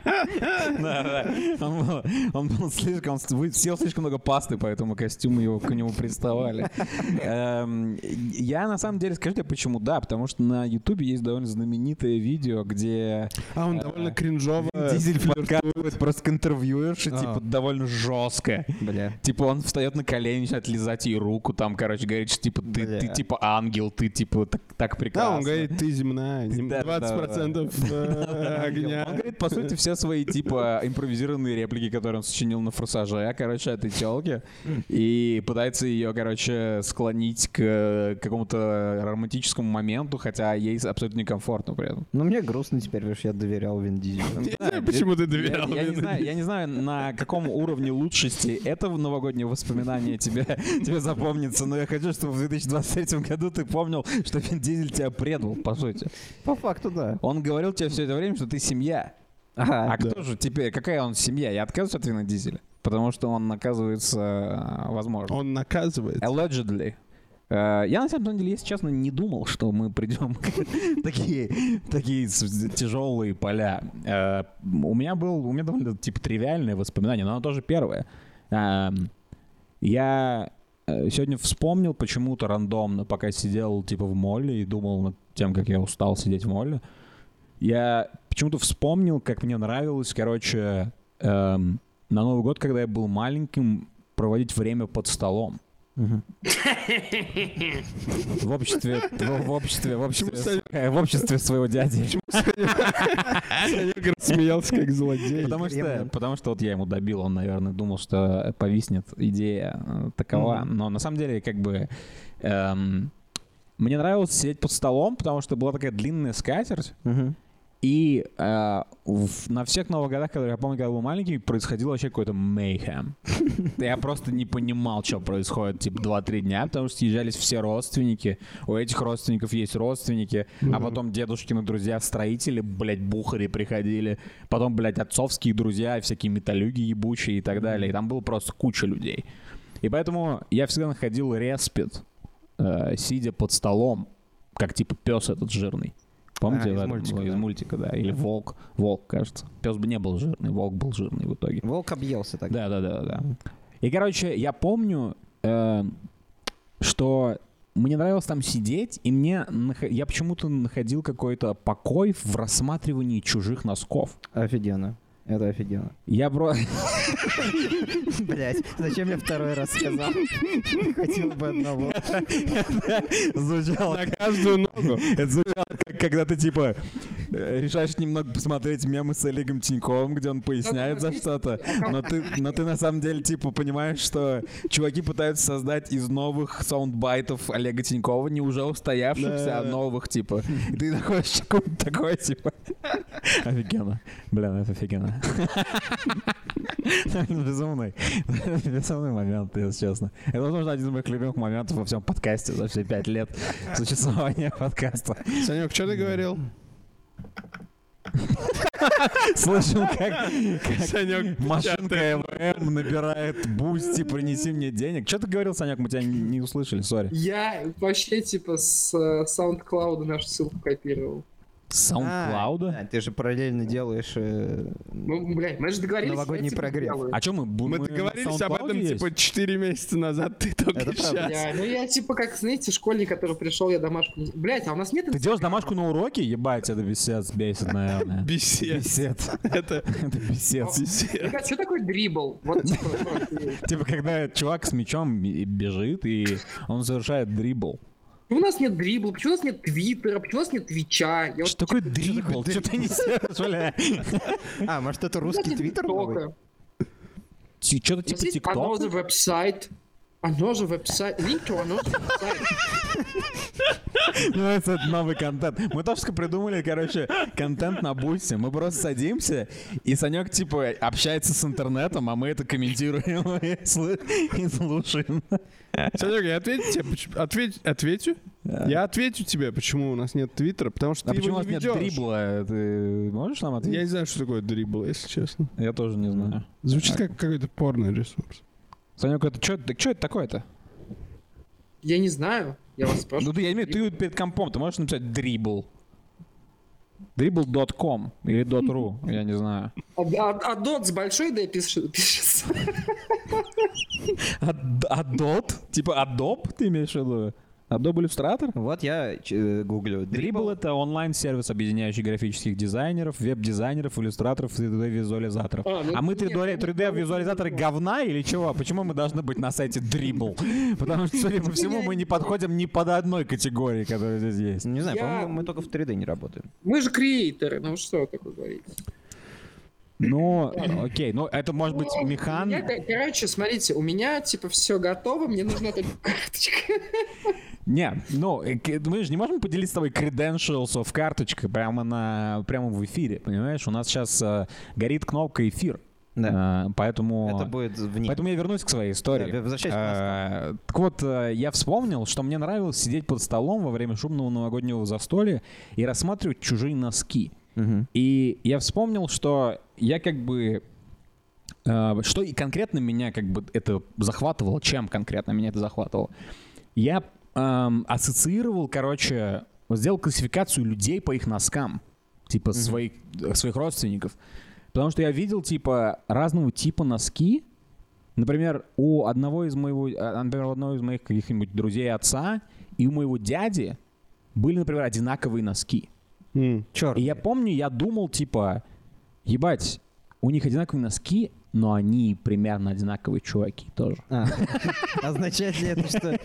[SPEAKER 3] Да, да. Он был- Он был слишком, он вы- съел слишком много пасты, поэтому костюмы его к нему приставали. Эм, Я на самом деле, скажите, а почему да? Потому что на Ютубе есть довольно знаменитое видео, где
[SPEAKER 1] А он довольно кринжово.
[SPEAKER 3] Дизель подкатывает просто к интервьюерше,
[SPEAKER 2] А.
[SPEAKER 3] типа, довольно жестко.
[SPEAKER 2] Бля.
[SPEAKER 3] Типа он встает на колени, начинает лизать ей руку, там, короче, говорит, что типа ты,
[SPEAKER 2] Бля.
[SPEAKER 3] ты типа ангел, ты типа так, так прекрасно.
[SPEAKER 1] Да, он говорит, ты земная, не-
[SPEAKER 3] Да, да,
[SPEAKER 1] 20% э,
[SPEAKER 3] Он
[SPEAKER 1] огня.
[SPEAKER 3] говорит, по сути, все свои, типа, импровизированные реплики, которые он сочинил на форсаже, короче, этой телки. И пытается ее, короче, склонить к э, какому-то романтическому моменту, хотя ей абсолютно некомфортно при этом.
[SPEAKER 2] Ну, мне грустно теперь, потому что я доверял Вин Дизелю.
[SPEAKER 1] Не знаю, почему ты
[SPEAKER 3] Я,
[SPEAKER 1] доверял.
[SPEAKER 3] я не знаю, я не знаю, на каком уровне лучшести это в новогоднее воспоминание тебе, тебе запомнится, но я хочу, чтобы в 2023 году ты помнил, что Вин Дизель тебя предал, по сути.
[SPEAKER 2] По факту, да.
[SPEAKER 3] Он говорил тебе все это время, что ты семья. А
[SPEAKER 2] Ага.
[SPEAKER 3] кто же теперь, какая он семья? Я отказываюсь от Вина Дизеля, потому что он оказывается, э, возможно,
[SPEAKER 1] Он наказывает.
[SPEAKER 3] allegedly. Э, Я, на самом деле, если честно, не думал, что мы придем к такие, такие тяжелые поля. Э, У меня был, у меня довольно, типа, тривиальное воспоминание, но оно тоже первое. Эм, Я э, сегодня вспомнил почему-то рандомно, пока сидел, типа, в молле и думал над тем, как я устал сидеть в молле. Я почему-то вспомнил, как мне нравилось, короче, эм, на Новый год, когда я был маленьким, проводить время под столом. В обществе, в, в обществе, в обществе,
[SPEAKER 1] Саня-
[SPEAKER 3] э, в обществе своего дяди.
[SPEAKER 1] Игорь смеялся как злодей.
[SPEAKER 3] Потому что,
[SPEAKER 2] Кремлин.
[SPEAKER 3] потому что вот я ему добил, он, наверное, думал, что повиснет идея э, такова. Но на самом деле, как бы, эм, мне нравилось сидеть под столом, потому что была такая длинная скатерть,
[SPEAKER 2] Мгм.
[SPEAKER 3] И э, в- на всех новых годах, которые я помню, когда был маленький, происходил вообще какой-то мейхэм. Я просто не понимал, что происходит, типа, 2-3 дня, потому что съезжались все родственники. У этих родственников есть родственники. А потом дедушкины друзья, строители, блядь, бухари приходили. Потом, блядь, отцовские друзья, всякие металюги ебучие и так далее. И там было просто куча людей. И поэтому я всегда находил респит, э, сидя под столом, как типа пес этот жирный. Помните,
[SPEAKER 2] А, из
[SPEAKER 3] в этом,
[SPEAKER 2] мультика,
[SPEAKER 3] из
[SPEAKER 2] да.
[SPEAKER 3] мультика, да. Или волк. Волк, кажется. Пес бы не был жирный, волк был жирный в итоге.
[SPEAKER 2] Волк объелся тогда.
[SPEAKER 3] Да, да, да, да. И, короче, я помню, э, что мне нравилось там сидеть, и мне нах- я почему-то находил какой-то покой в рассматривании чужих носков.
[SPEAKER 2] Офигенно. Это офигенно.
[SPEAKER 3] Я про...
[SPEAKER 2] Блять, зачем я второй раз сказал? Хотел бы одного.
[SPEAKER 3] звучало
[SPEAKER 1] На каждую ногу.
[SPEAKER 3] Это звучало, как когда ты, типа, э, решаешь немного посмотреть мемы с Олегом Тиньковым, где он поясняет за
[SPEAKER 5] А
[SPEAKER 3] что-то, но ты, но ты на самом деле, типа, понимаешь, что чуваки пытаются создать из новых саундбайтов Олега Тинькова не уже устоявшихся, а
[SPEAKER 1] Да.
[SPEAKER 3] новых, типа. И ты находишь какой-то такой, типа, офигенно. Блин, это офигенно. Ну, Безумный. Безумный момент, если честно. Это, возможно, один из моих любимых моментов во всем подкасте за все пять лет существования подкаста.
[SPEAKER 1] Санек, что ты говорил?
[SPEAKER 3] Слышал, как, как
[SPEAKER 1] Санек,
[SPEAKER 3] машинка ММ набирает бусти, принеси мне денег. Что ты говорил, Санек, мы тебя не- не услышали, сори.
[SPEAKER 5] Я вообще типа с э, SoundCloud нашу ссылку копировал.
[SPEAKER 3] Саундклауда?
[SPEAKER 2] А, Ты же параллельно делаешь... э,
[SPEAKER 5] Ну, блядь, мы же договорились.
[SPEAKER 2] Новогодний
[SPEAKER 5] я типа тебе
[SPEAKER 2] прогрев.
[SPEAKER 5] делаю.
[SPEAKER 3] А что мы? бу-
[SPEAKER 1] Мы
[SPEAKER 3] на
[SPEAKER 1] договорились об
[SPEAKER 3] SoundCloud
[SPEAKER 1] этом,
[SPEAKER 3] есть?
[SPEAKER 1] типа, 4 месяца назад, ты только
[SPEAKER 2] Это правда.
[SPEAKER 1] сейчас.
[SPEAKER 5] Я- ну я типа как, знаете, школьник, который пришел, я домашку... не- Блядь, а у нас нет...
[SPEAKER 3] Ты делаешь домашку на уроке? Ебать, это бесец, бесит, наверное.
[SPEAKER 1] Бесед.
[SPEAKER 3] Бесец.
[SPEAKER 1] Это
[SPEAKER 3] Это бесец.
[SPEAKER 1] бесед.
[SPEAKER 5] Что такое дрибл? Вот типа, вот,
[SPEAKER 3] Типа, когда чувак с мячом и- бежит, и он совершает дрибл.
[SPEAKER 5] Почему у нас нет дрибла? Почему у нас нет твиттера? Почему у нас нет твича? Я вот-
[SPEAKER 3] Что такое дрибл? Что ты несешь, бля?
[SPEAKER 2] А, может, это
[SPEAKER 5] Почему у нас
[SPEAKER 2] русский
[SPEAKER 5] нет
[SPEAKER 2] твиттер новый?
[SPEAKER 5] ТикТока?
[SPEAKER 3] Что-то
[SPEAKER 5] У нас
[SPEAKER 3] типа
[SPEAKER 5] есть Оно же
[SPEAKER 3] тиктока?
[SPEAKER 5] веб-сайт. Оно же веб-сайт. Видите, оно же веб-сайт.
[SPEAKER 3] Ну, это новый контент. Мы тоже придумали, короче, контент на бусте. Мы просто садимся, и Санек, типа, общается с интернетом, а мы это комментируем и слы- и слушаем.
[SPEAKER 1] Санек, я ответь тебе, поч- ответь, отвечу? Я отвечу тебе, почему у нас нет твиттера, потому что
[SPEAKER 3] А
[SPEAKER 1] ты
[SPEAKER 3] почему
[SPEAKER 1] его
[SPEAKER 3] у нас
[SPEAKER 1] не
[SPEAKER 3] нет
[SPEAKER 1] ведешь.
[SPEAKER 3] дрибла? Ты можешь нам
[SPEAKER 1] Я
[SPEAKER 3] ответить?
[SPEAKER 1] не знаю, что такое дрибл, если честно.
[SPEAKER 3] Я тоже не знаю.
[SPEAKER 1] Звучит как какой-то порный ресурс.
[SPEAKER 3] Санек, это что так чё это такое-то?
[SPEAKER 5] Я не знаю. Я вас
[SPEAKER 3] Ну
[SPEAKER 5] спрашиваю.
[SPEAKER 3] ты, я имею, ты перед компом, ты можешь написать дрибл. Dribble.com или .ru, я не знаю.
[SPEAKER 5] А, а- а дот с большой D пишет- пишется.
[SPEAKER 3] Адот? Типа Adobe ты имеешь в виду? Adobe Illustrator?
[SPEAKER 2] Вот я ч- э, гуглю.
[SPEAKER 3] Дрибл — это онлайн-сервис, объединяющий графических дизайнеров, веб-дизайнеров, иллюстраторов и 3D-визуализаторов.
[SPEAKER 5] А,
[SPEAKER 3] А,
[SPEAKER 5] ну
[SPEAKER 3] мы
[SPEAKER 5] это
[SPEAKER 3] 3D,
[SPEAKER 5] нет,
[SPEAKER 3] 3D-визуализаторы говна или чего? А Почему мы должны быть на сайте Дрибл? Потому что, судя по всему, мы не подходим ни под одной категории, которая здесь есть.
[SPEAKER 2] Не знаю,
[SPEAKER 5] Я-
[SPEAKER 2] по-моему, мы только в 3D не работаем.
[SPEAKER 5] Мы же креаторы, ну что такое говорить?
[SPEAKER 3] Ну, окей, ну это может быть
[SPEAKER 5] У
[SPEAKER 3] механ...
[SPEAKER 5] меня, кор- короче, смотрите, у меня типа все готово, мне нужна только карточка.
[SPEAKER 3] Не, ну, э, к- мы же не можем поделиться с тобой credentials в карточке прямо, на, прямо в эфире, понимаешь? У нас сейчас горит кнопка эфир,
[SPEAKER 2] Да.
[SPEAKER 3] Э, поэтому...
[SPEAKER 2] Это будет вне.
[SPEAKER 3] Поэтому я вернусь к своей истории.
[SPEAKER 2] Да, возвращайся к
[SPEAKER 3] Э, Так вот, э, я вспомнил, что мне нравилось сидеть под столом во время шумного новогоднего застолья и рассматривать чужие носки.
[SPEAKER 2] Мгм.
[SPEAKER 3] И я вспомнил, что я как бы... э, Что и конкретно меня как бы это захватывало, чем конкретно меня это захватывало. Я эм, ассоциировал, короче, сделал классификацию людей по их носкам. Типа своих, своих родственников. Потому что я видел, типа, разного типа носки. Например, у одного из моего, а, например, у одного из моих каких-нибудь друзей отца и у моего дяди были, например, одинаковые носки.
[SPEAKER 1] М.
[SPEAKER 2] Чёрт.
[SPEAKER 3] И я помню, я думал, типа, ебать, у них одинаковые носки, но они примерно одинаковые чуваки тоже.
[SPEAKER 2] А. Означает ли это, что...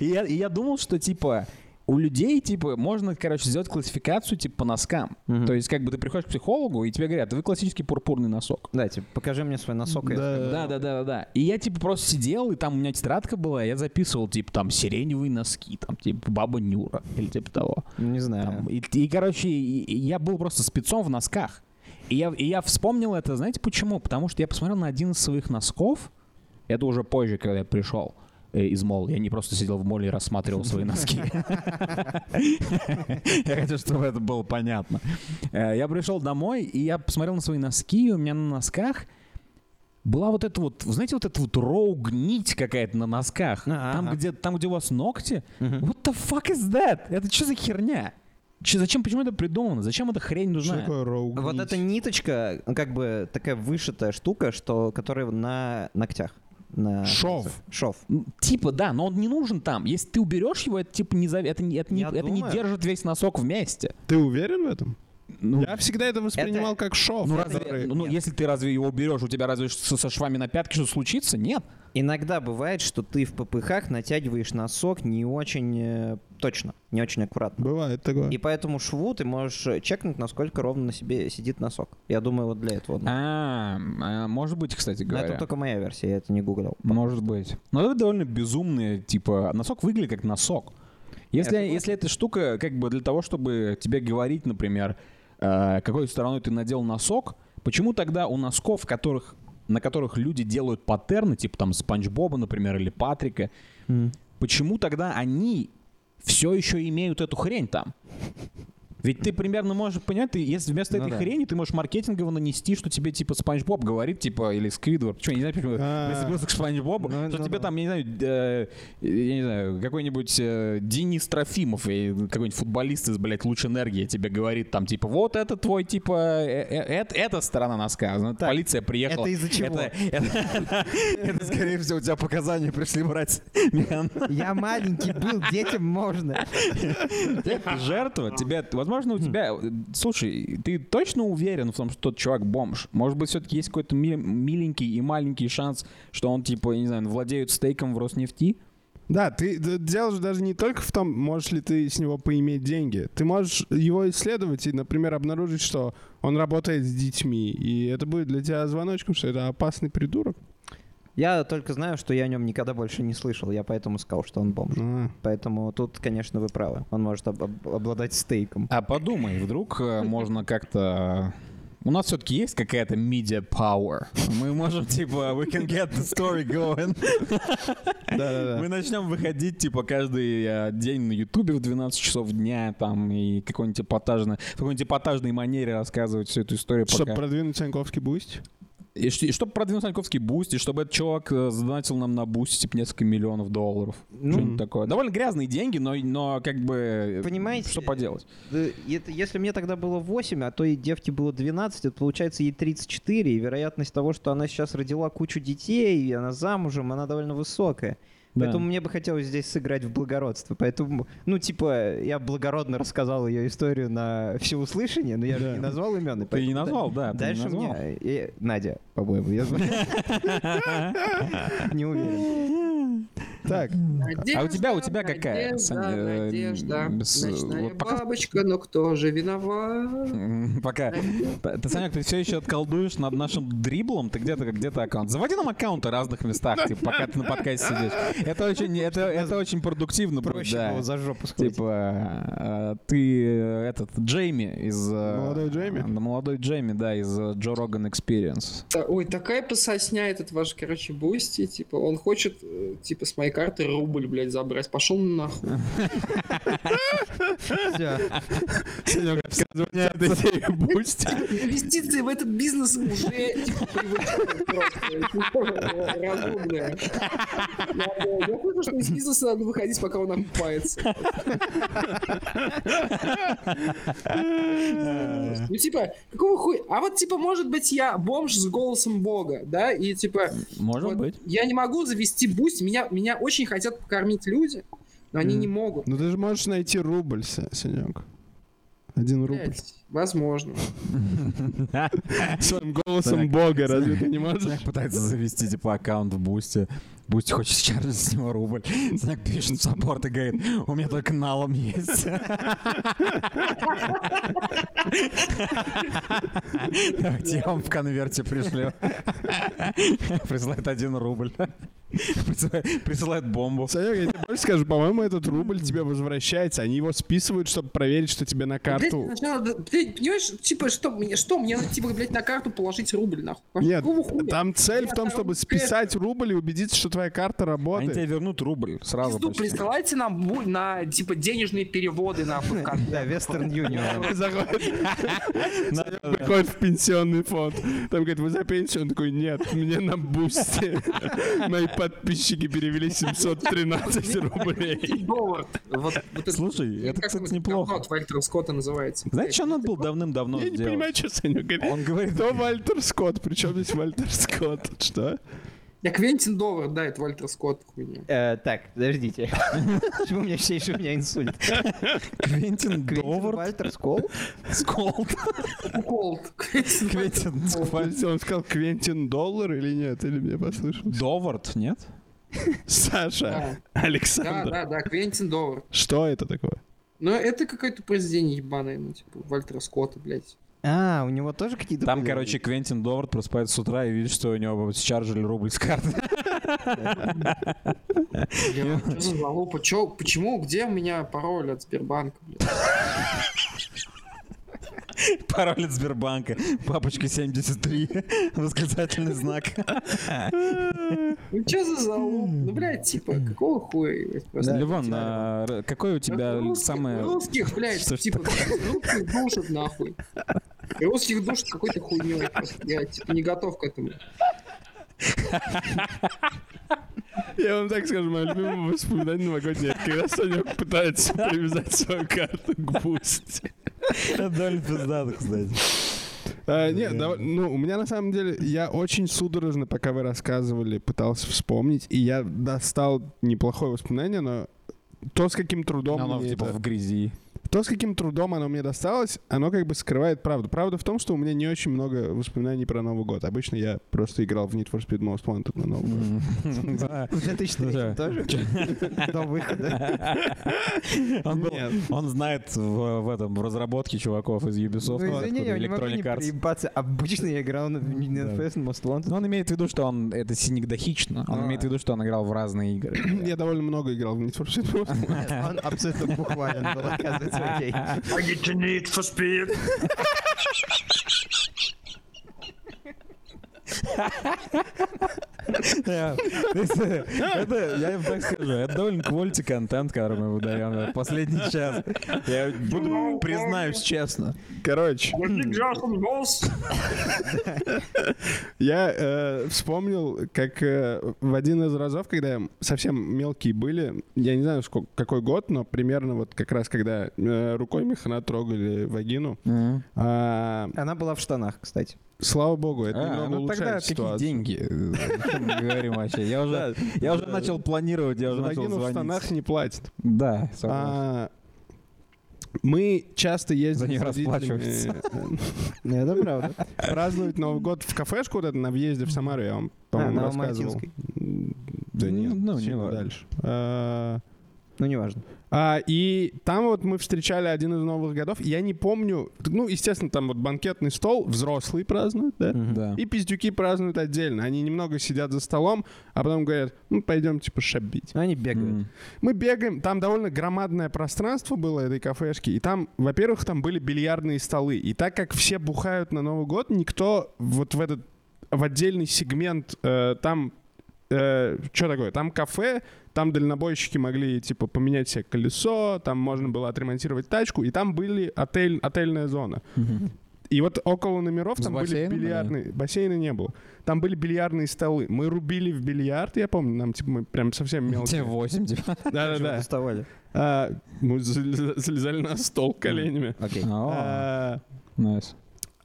[SPEAKER 3] И я, и я думал, что, типа, у людей, типа, можно, короче, сделать классификацию, типа, по носкам.
[SPEAKER 2] Мгм.
[SPEAKER 3] То есть, как бы ты приходишь к психологу, и тебе говорят, вы классический пурпурный носок.
[SPEAKER 2] Да, типа, покажи мне свой носок. я скажу.
[SPEAKER 3] Да, да, да, да, да. И я типа просто сидел, и там у меня тетрадка была, и я записывал, типа, там, сиреневые носки, там, типа, баба Нюра, или типа того.
[SPEAKER 2] Ну, Не
[SPEAKER 3] Там,
[SPEAKER 2] знаю.
[SPEAKER 3] и, и, короче, и- и я был просто спецом в носках. И я, и я вспомнил это, знаете почему? Потому что я посмотрел на один из своих носков, это уже позже, когда я пришел э, из мол. Я не просто сидел в моле и рассматривал свои носки. Я хочу, чтобы это было понятно. Э, Я пришел домой, и я посмотрел на свои носки, и у меня на носках была вот эта вот, знаете, вот эта вот роу-гнить какая-то на носках.
[SPEAKER 2] Ага,
[SPEAKER 3] Там,
[SPEAKER 2] ага.
[SPEAKER 3] где, там, где у вас ногти. What the fuck is that? Это что за херня? Че, зачем, почему это придумано? Зачем эта хрень
[SPEAKER 1] Что
[SPEAKER 3] нужна?
[SPEAKER 1] такое роугнить?
[SPEAKER 2] Вот эта ниточка, ну, как бы такая вышитая штука, что которая на ногтях. На...
[SPEAKER 1] Шов.
[SPEAKER 2] Шов.
[SPEAKER 3] М, Типа, да, но он не нужен там. Если ты уберешь его, это типа не за... это, не, это, не,
[SPEAKER 2] Я
[SPEAKER 3] это не
[SPEAKER 2] думаю.
[SPEAKER 3] держит весь носок вместе.
[SPEAKER 1] Ты уверен в этом?
[SPEAKER 3] Ну,
[SPEAKER 1] Я всегда это воспринимал как шов.
[SPEAKER 3] ну,
[SPEAKER 1] который-
[SPEAKER 3] разве, ну если ты разве его уберешь, у тебя разве со, со швами на пятке что случится? Нет.
[SPEAKER 2] Иногда бывает, что ты в ППХ натягиваешь носок не очень э, точно, не очень аккуратно.
[SPEAKER 1] Бывает такое.
[SPEAKER 2] И по этому шву ты можешь э, чекнуть, насколько ровно на себе сидит носок. Я думаю, вот для этого. он-
[SPEAKER 3] А, а, может быть, кстати
[SPEAKER 2] Но
[SPEAKER 3] говоря.
[SPEAKER 2] это только моя версия, я это не гуглил.
[SPEAKER 3] Может быть. Но это довольно безумные, типа, носок выглядит как носок. Если,
[SPEAKER 2] Я согласен.
[SPEAKER 3] если эта штука, как бы для того, чтобы тебе говорить, например, э, какой стороной ты надел носок, почему тогда у носков, которых, на которых люди делают паттерны, типа там Спанч Боба, например, или Патрика, почему тогда они все еще имеют эту хрень там? Ведь ты примерно можешь понять, ты, если вместо
[SPEAKER 2] Ну
[SPEAKER 3] этой
[SPEAKER 2] да.
[SPEAKER 3] хрени ты можешь маркетингово нанести, что тебе типа Спанч Боб говорит, типа, или Сквидвард, что, я не знаю, почему
[SPEAKER 1] А.
[SPEAKER 3] прицепился к Спанч Бобу,
[SPEAKER 2] Ну,
[SPEAKER 3] что
[SPEAKER 2] ну
[SPEAKER 3] тебе
[SPEAKER 2] да.
[SPEAKER 3] там, я не знаю, э, я не знаю, какой-нибудь э, Денис Трофимов, и какой-нибудь футболист из, блядь, луч энергии тебе говорит там, типа, вот это твой, типа, э, э, э, эта сторона носка, Ну, полиция приехала.
[SPEAKER 2] это из-за чего?
[SPEAKER 3] Это, это- это, скорее всего, у тебя показания пришли брать. Михан.
[SPEAKER 2] Я маленький был, детям можно.
[SPEAKER 3] Ты жертва, тебя, возможно,
[SPEAKER 2] Хм.
[SPEAKER 3] у тебя... э, Слушай, ты точно уверен в том, что тот чувак бомж? Может быть, все-таки есть какой-то ми- миленький и маленький шанс, что он, типа, я не знаю, владеет стейком в Роснефти?
[SPEAKER 1] Да, ты д- дело же даже не только в том, можешь ли ты с него поиметь деньги. Ты можешь его исследовать и, например, обнаружить, что он работает с детьми. И это будет для тебя звоночком, что это опасный придурок.
[SPEAKER 2] Я только знаю, что я о нем никогда больше не слышал. Я поэтому сказал, что он бомж.
[SPEAKER 1] А.
[SPEAKER 2] Поэтому тут, конечно, вы правы. Он может об- об- обладать стейком.
[SPEAKER 3] А подумай, вдруг э, можно как-то... э, У нас все-таки есть какая-то media power. Мы можем, типа, we can get the story going. Мы начнем выходить, типа, каждый э, день на Ютубе в 12 часов дня, там, и какой-нибудь эпатажный, в какой-нибудь эпатажной манере рассказывать всю эту историю.
[SPEAKER 1] Чтобы
[SPEAKER 3] пока-
[SPEAKER 1] продвинуть Саньковский бусть.
[SPEAKER 3] И, ш- и чтобы продвинулся Саньковский буст, и чтобы этот чувак э, задонатил нам на бусте типа, несколько миллионов долларов.
[SPEAKER 2] Ну.
[SPEAKER 3] Что-нибудь такое. Довольно грязные деньги, но, но как бы... э,
[SPEAKER 2] Понимаете,
[SPEAKER 3] Что поделать?
[SPEAKER 2] Да, и это- если мне тогда было 8, а то и девке было 12, это получается ей 34, и вероятность того, что она сейчас родила кучу детей, и она замужем, она довольно высокая.
[SPEAKER 3] Да.
[SPEAKER 2] Поэтому мне бы хотелось здесь сыграть в благородство. Поэтому, ну, типа, я благородно рассказал ее историю на всеуслышание, но я же не назвал имен. и
[SPEAKER 3] Ты
[SPEAKER 2] поэтому
[SPEAKER 3] не
[SPEAKER 2] да-
[SPEAKER 3] назвал, да. ты не
[SPEAKER 2] Дальше
[SPEAKER 3] назвал.
[SPEAKER 2] мне... э, Надя, по-моему, я знаю. Не уверен.
[SPEAKER 1] Так,
[SPEAKER 3] А у тебя, у тебя
[SPEAKER 5] Надежда,
[SPEAKER 3] какая? Саня,
[SPEAKER 5] Надежда,
[SPEAKER 3] э,
[SPEAKER 5] надежда.
[SPEAKER 3] без-
[SPEAKER 5] Ночная
[SPEAKER 3] вот пока-
[SPEAKER 5] бабочка, но кто же виноват?
[SPEAKER 3] М, Пока. П- Ты, Санек, ты все еще отколдуешь над нашим дриблом, ты где-то где-то аккаунт. Заводи нам аккаунты в разных местах, типа, пока ты на подкасте сидишь. Это очень, это, это очень продуктивно. будет,
[SPEAKER 2] Проще
[SPEAKER 3] да.
[SPEAKER 2] было за жопу схватить.
[SPEAKER 3] Типа, э, ты э, этот Джейми из... э,
[SPEAKER 1] Молодой Джейми?
[SPEAKER 3] э, Молодой Джейми, да, из э, Джо Роган Experience.
[SPEAKER 5] Та- Ой, такая пососня этот ваш, короче, бусти, типа, он хочет, э, типа, с моей карты рубль, блядь, забрать. Пошел нахуй.
[SPEAKER 2] Всё.
[SPEAKER 1] Санёк, обзвоняет эти бусти.
[SPEAKER 5] Инвестиции в этот бизнес уже, типа, привычные просто. Разумные. Надо- Я понял, что из бизнеса надо выходить, пока он окупается. Ну, типа, какого хуя? А вот, типа, может быть, я бомж с голосом бога, да? И, типа,
[SPEAKER 3] Может
[SPEAKER 5] вот
[SPEAKER 3] быть.
[SPEAKER 5] я не могу завести буст. Меня, меня очень хотят покормить люди, но они не могут.
[SPEAKER 1] Ну ты же можешь найти рубль, Са- Санёк. Один рубль.
[SPEAKER 5] Блядь, Возможно.
[SPEAKER 1] Своим голосом бога, разве ты не можешь?
[SPEAKER 3] Санек пытается завести, типа, аккаунт в Бусти. Бусти хочет чаржить с него рубль. Санек пишет в саппорт и говорит, у меня только налом есть. Давайте я вам в конверте пришлю. Присылает один рубль. Присылает- Присылает бомбу.
[SPEAKER 1] Санёк, я тебе больше скажу, по-моему, этот рубль тебе возвращается. Они его списывают, чтобы проверить, что тебе на
[SPEAKER 5] Блядь,
[SPEAKER 1] карту...
[SPEAKER 5] сначала, да, блядь, понимаешь, типа, что мне, что мне, надо, типа, блядь, на карту положить рубль, нахуй?
[SPEAKER 1] Нет,
[SPEAKER 5] Какого хуя?
[SPEAKER 1] там цель
[SPEAKER 5] Я
[SPEAKER 1] в том, чтобы
[SPEAKER 5] там кэш.
[SPEAKER 1] списать рубль и убедиться, что твоя карта
[SPEAKER 3] Они тебе
[SPEAKER 1] работает.
[SPEAKER 3] вернут рубль сразу
[SPEAKER 5] Пизду
[SPEAKER 3] почти.
[SPEAKER 5] присылайте нам бу- на, типа, денежные переводы, нахуй, в конверт.
[SPEAKER 2] Да, Western Union.
[SPEAKER 1] Санёк Приходит в пенсионный фонд. Там говорит, вы за пенсию? Он такой, нет, мне на бусте. Мои подписчики перевели 713 рублей.
[SPEAKER 5] Доллар. Вот, вот
[SPEAKER 3] Слушай, это,
[SPEAKER 5] как
[SPEAKER 3] кстати,
[SPEAKER 5] это
[SPEAKER 3] неплохо.
[SPEAKER 5] говно от Вальтера Скотта называется.
[SPEAKER 3] Знаете, что надо было давным-давно
[SPEAKER 1] Я не
[SPEAKER 3] сделать?
[SPEAKER 1] понимаю, что Санёк говорит.
[SPEAKER 3] Он говорит,
[SPEAKER 1] Кто Вальтер Скотт? Причем здесь Вальтер Скотт? Что?
[SPEAKER 5] Я Квентин Доллар, да, это Вальтер Скотт хуйня.
[SPEAKER 2] Э, Так, подождите. Почему у меня все еще у меня инсульт?
[SPEAKER 3] Квентин Довард
[SPEAKER 2] Вальтер Скол?
[SPEAKER 3] Сколд.
[SPEAKER 5] Уколд. Квентин
[SPEAKER 3] Квентин
[SPEAKER 1] Подождите, Он сказал Квентин Доллар или нет? Или мне послышалось?
[SPEAKER 3] Довард, нет?
[SPEAKER 1] Саша,
[SPEAKER 5] Да. Да,
[SPEAKER 1] Александр.
[SPEAKER 5] да, да, Квентин Доллар.
[SPEAKER 1] Что это такое?
[SPEAKER 5] Но это какое-то произведение ебаное, ну, типа, Вальтера Скотта, блядь.
[SPEAKER 2] А, у него тоже какие-то...
[SPEAKER 3] Там,
[SPEAKER 2] были?
[SPEAKER 3] короче, Квентин Довард просыпается с утра и видит, что у него счаржили рубль с карты.
[SPEAKER 5] Бля, что за залупа? Чё, почему, где у меня пароль от Сбербанка, блядь?
[SPEAKER 3] Пароль от Сбербанка. Папочка 73. Восклицательный знак.
[SPEAKER 5] Ну, чё за залупа? Ну, блядь, типа, какого хуя, блядь, просто.
[SPEAKER 3] Леван,
[SPEAKER 2] типа,
[SPEAKER 3] а, р- какой у тебя
[SPEAKER 2] Ну,
[SPEAKER 5] Русских-
[SPEAKER 3] самое...
[SPEAKER 5] Русских, блядь,
[SPEAKER 3] Что ж
[SPEAKER 5] типа, русских душат нахуй. Русских душат какой-то хуйней. Я, типа, не готов к этому.
[SPEAKER 1] Я вам так скажу, мое любимое воспоминание новогоднее, это когда Санек пытается привязать свою карту к бусте.
[SPEAKER 3] Довольно пиздатых, кстати.
[SPEAKER 1] А, Нет, дав- ну, у меня на самом деле, я очень судорожно, пока вы рассказывали, пытался вспомнить, и я достал неплохое воспоминание, но то, с каким трудом
[SPEAKER 3] Оно
[SPEAKER 1] мне
[SPEAKER 3] типа
[SPEAKER 1] это-
[SPEAKER 3] в грязи.
[SPEAKER 1] То, с каким трудом оно мне досталось, оно как бы скрывает правду. Правда в том, что у меня не очень много воспоминаний про Новый год. Обычно я просто играл в Need for Speed Most Wanted на Новый год.
[SPEAKER 3] Да.
[SPEAKER 2] В 2003 тоже? До выхода.
[SPEAKER 3] Он был-
[SPEAKER 1] Нет.
[SPEAKER 3] Он знает в в этом, в разработке чуваков из Ubisoft,
[SPEAKER 2] Ну, извини,
[SPEAKER 3] откуда
[SPEAKER 2] я не могу не
[SPEAKER 3] Electronic Arts.
[SPEAKER 2] приебаться. Обычно я играл на
[SPEAKER 3] Да.
[SPEAKER 2] NFS Most Wanted.
[SPEAKER 3] Но он имеет в виду, что он это синегдохично. Он
[SPEAKER 2] А.
[SPEAKER 3] имеет в виду, что он играл в разные игры.
[SPEAKER 1] Я довольно много играл в Need for Speed Most Wanted.
[SPEAKER 2] Нет, Он абсолютно буквально был, оказывается, окей.
[SPEAKER 6] Да. То есть, э, Это, я им так скажу, это довольно quality контент, который мы выдаем да, последний час. Я буду, признаюсь честно.
[SPEAKER 1] Короче,
[SPEAKER 5] Мужик Джонсон Болс.
[SPEAKER 1] я э, вспомнил, как э, в один из разов, когда совсем мелкие были, я не знаю, сколько, какой год, но примерно вот как раз, когда э, рукой механа трогали вагину, а,
[SPEAKER 2] Она была в штанах, кстати.
[SPEAKER 1] слава богу, это
[SPEAKER 6] А,
[SPEAKER 1] немного
[SPEAKER 6] ну тогда
[SPEAKER 1] улучшает
[SPEAKER 6] какие
[SPEAKER 1] ситуацию.
[SPEAKER 6] деньги? Э, мы Говорим вообще. Я уже, я уже начал планировать, я
[SPEAKER 1] За
[SPEAKER 6] уже начал
[SPEAKER 1] вагину в штанах
[SPEAKER 6] звонить.
[SPEAKER 1] не платят.
[SPEAKER 6] Да, согласен.
[SPEAKER 1] А, Мы часто ездим
[SPEAKER 6] За них
[SPEAKER 1] с родителями
[SPEAKER 6] расплачиваются.
[SPEAKER 2] Ну, Это правда.
[SPEAKER 1] э, праздновать Новый год в кафешку вот это на въезде в Самару, я вам,
[SPEAKER 6] А,
[SPEAKER 1] по-моему,
[SPEAKER 2] на
[SPEAKER 1] рассказывал.
[SPEAKER 2] Алматинской.
[SPEAKER 1] Да
[SPEAKER 6] Ну,
[SPEAKER 1] нет,
[SPEAKER 6] ну,
[SPEAKER 1] сильно
[SPEAKER 6] не важно.
[SPEAKER 1] дальше. А,
[SPEAKER 2] Ну, неважно.
[SPEAKER 1] а, и там вот мы встречали один из новых годов. Я не помню, ну, естественно, там вот банкетный стол, взрослые празднуют, да?
[SPEAKER 6] Да.
[SPEAKER 1] И пиздюки празднуют отдельно. Они немного сидят за столом, а потом говорят, ну, пойдем, типа, шабить.
[SPEAKER 2] Ну, Они бегают.
[SPEAKER 6] М.
[SPEAKER 1] Мы бегаем, там довольно громадное пространство было этой кафешки, и там, во-первых, там были бильярдные столы, и так как все бухают на Новый год, никто вот в этот, в отдельный сегмент, э, там, что такое, там кафе, там дальнобойщики могли, типа, поменять себе колесо, там можно было отремонтировать тачку, и там были отель, отельная зона. И вот около номеров
[SPEAKER 6] С
[SPEAKER 1] там были
[SPEAKER 6] бассейном или нет?
[SPEAKER 1] бильярдные... Бассейна не было. Там были бильярдные столы. Мы рубили в бильярд, я помню, нам типа мы прям совсем
[SPEAKER 6] Тебе
[SPEAKER 1] мелкие.
[SPEAKER 6] 8,
[SPEAKER 1] Да-да-да.
[SPEAKER 2] Доставали.
[SPEAKER 1] А, Мы залез- залезали на стол коленями.
[SPEAKER 2] Окей.
[SPEAKER 1] А
[SPEAKER 6] Найс.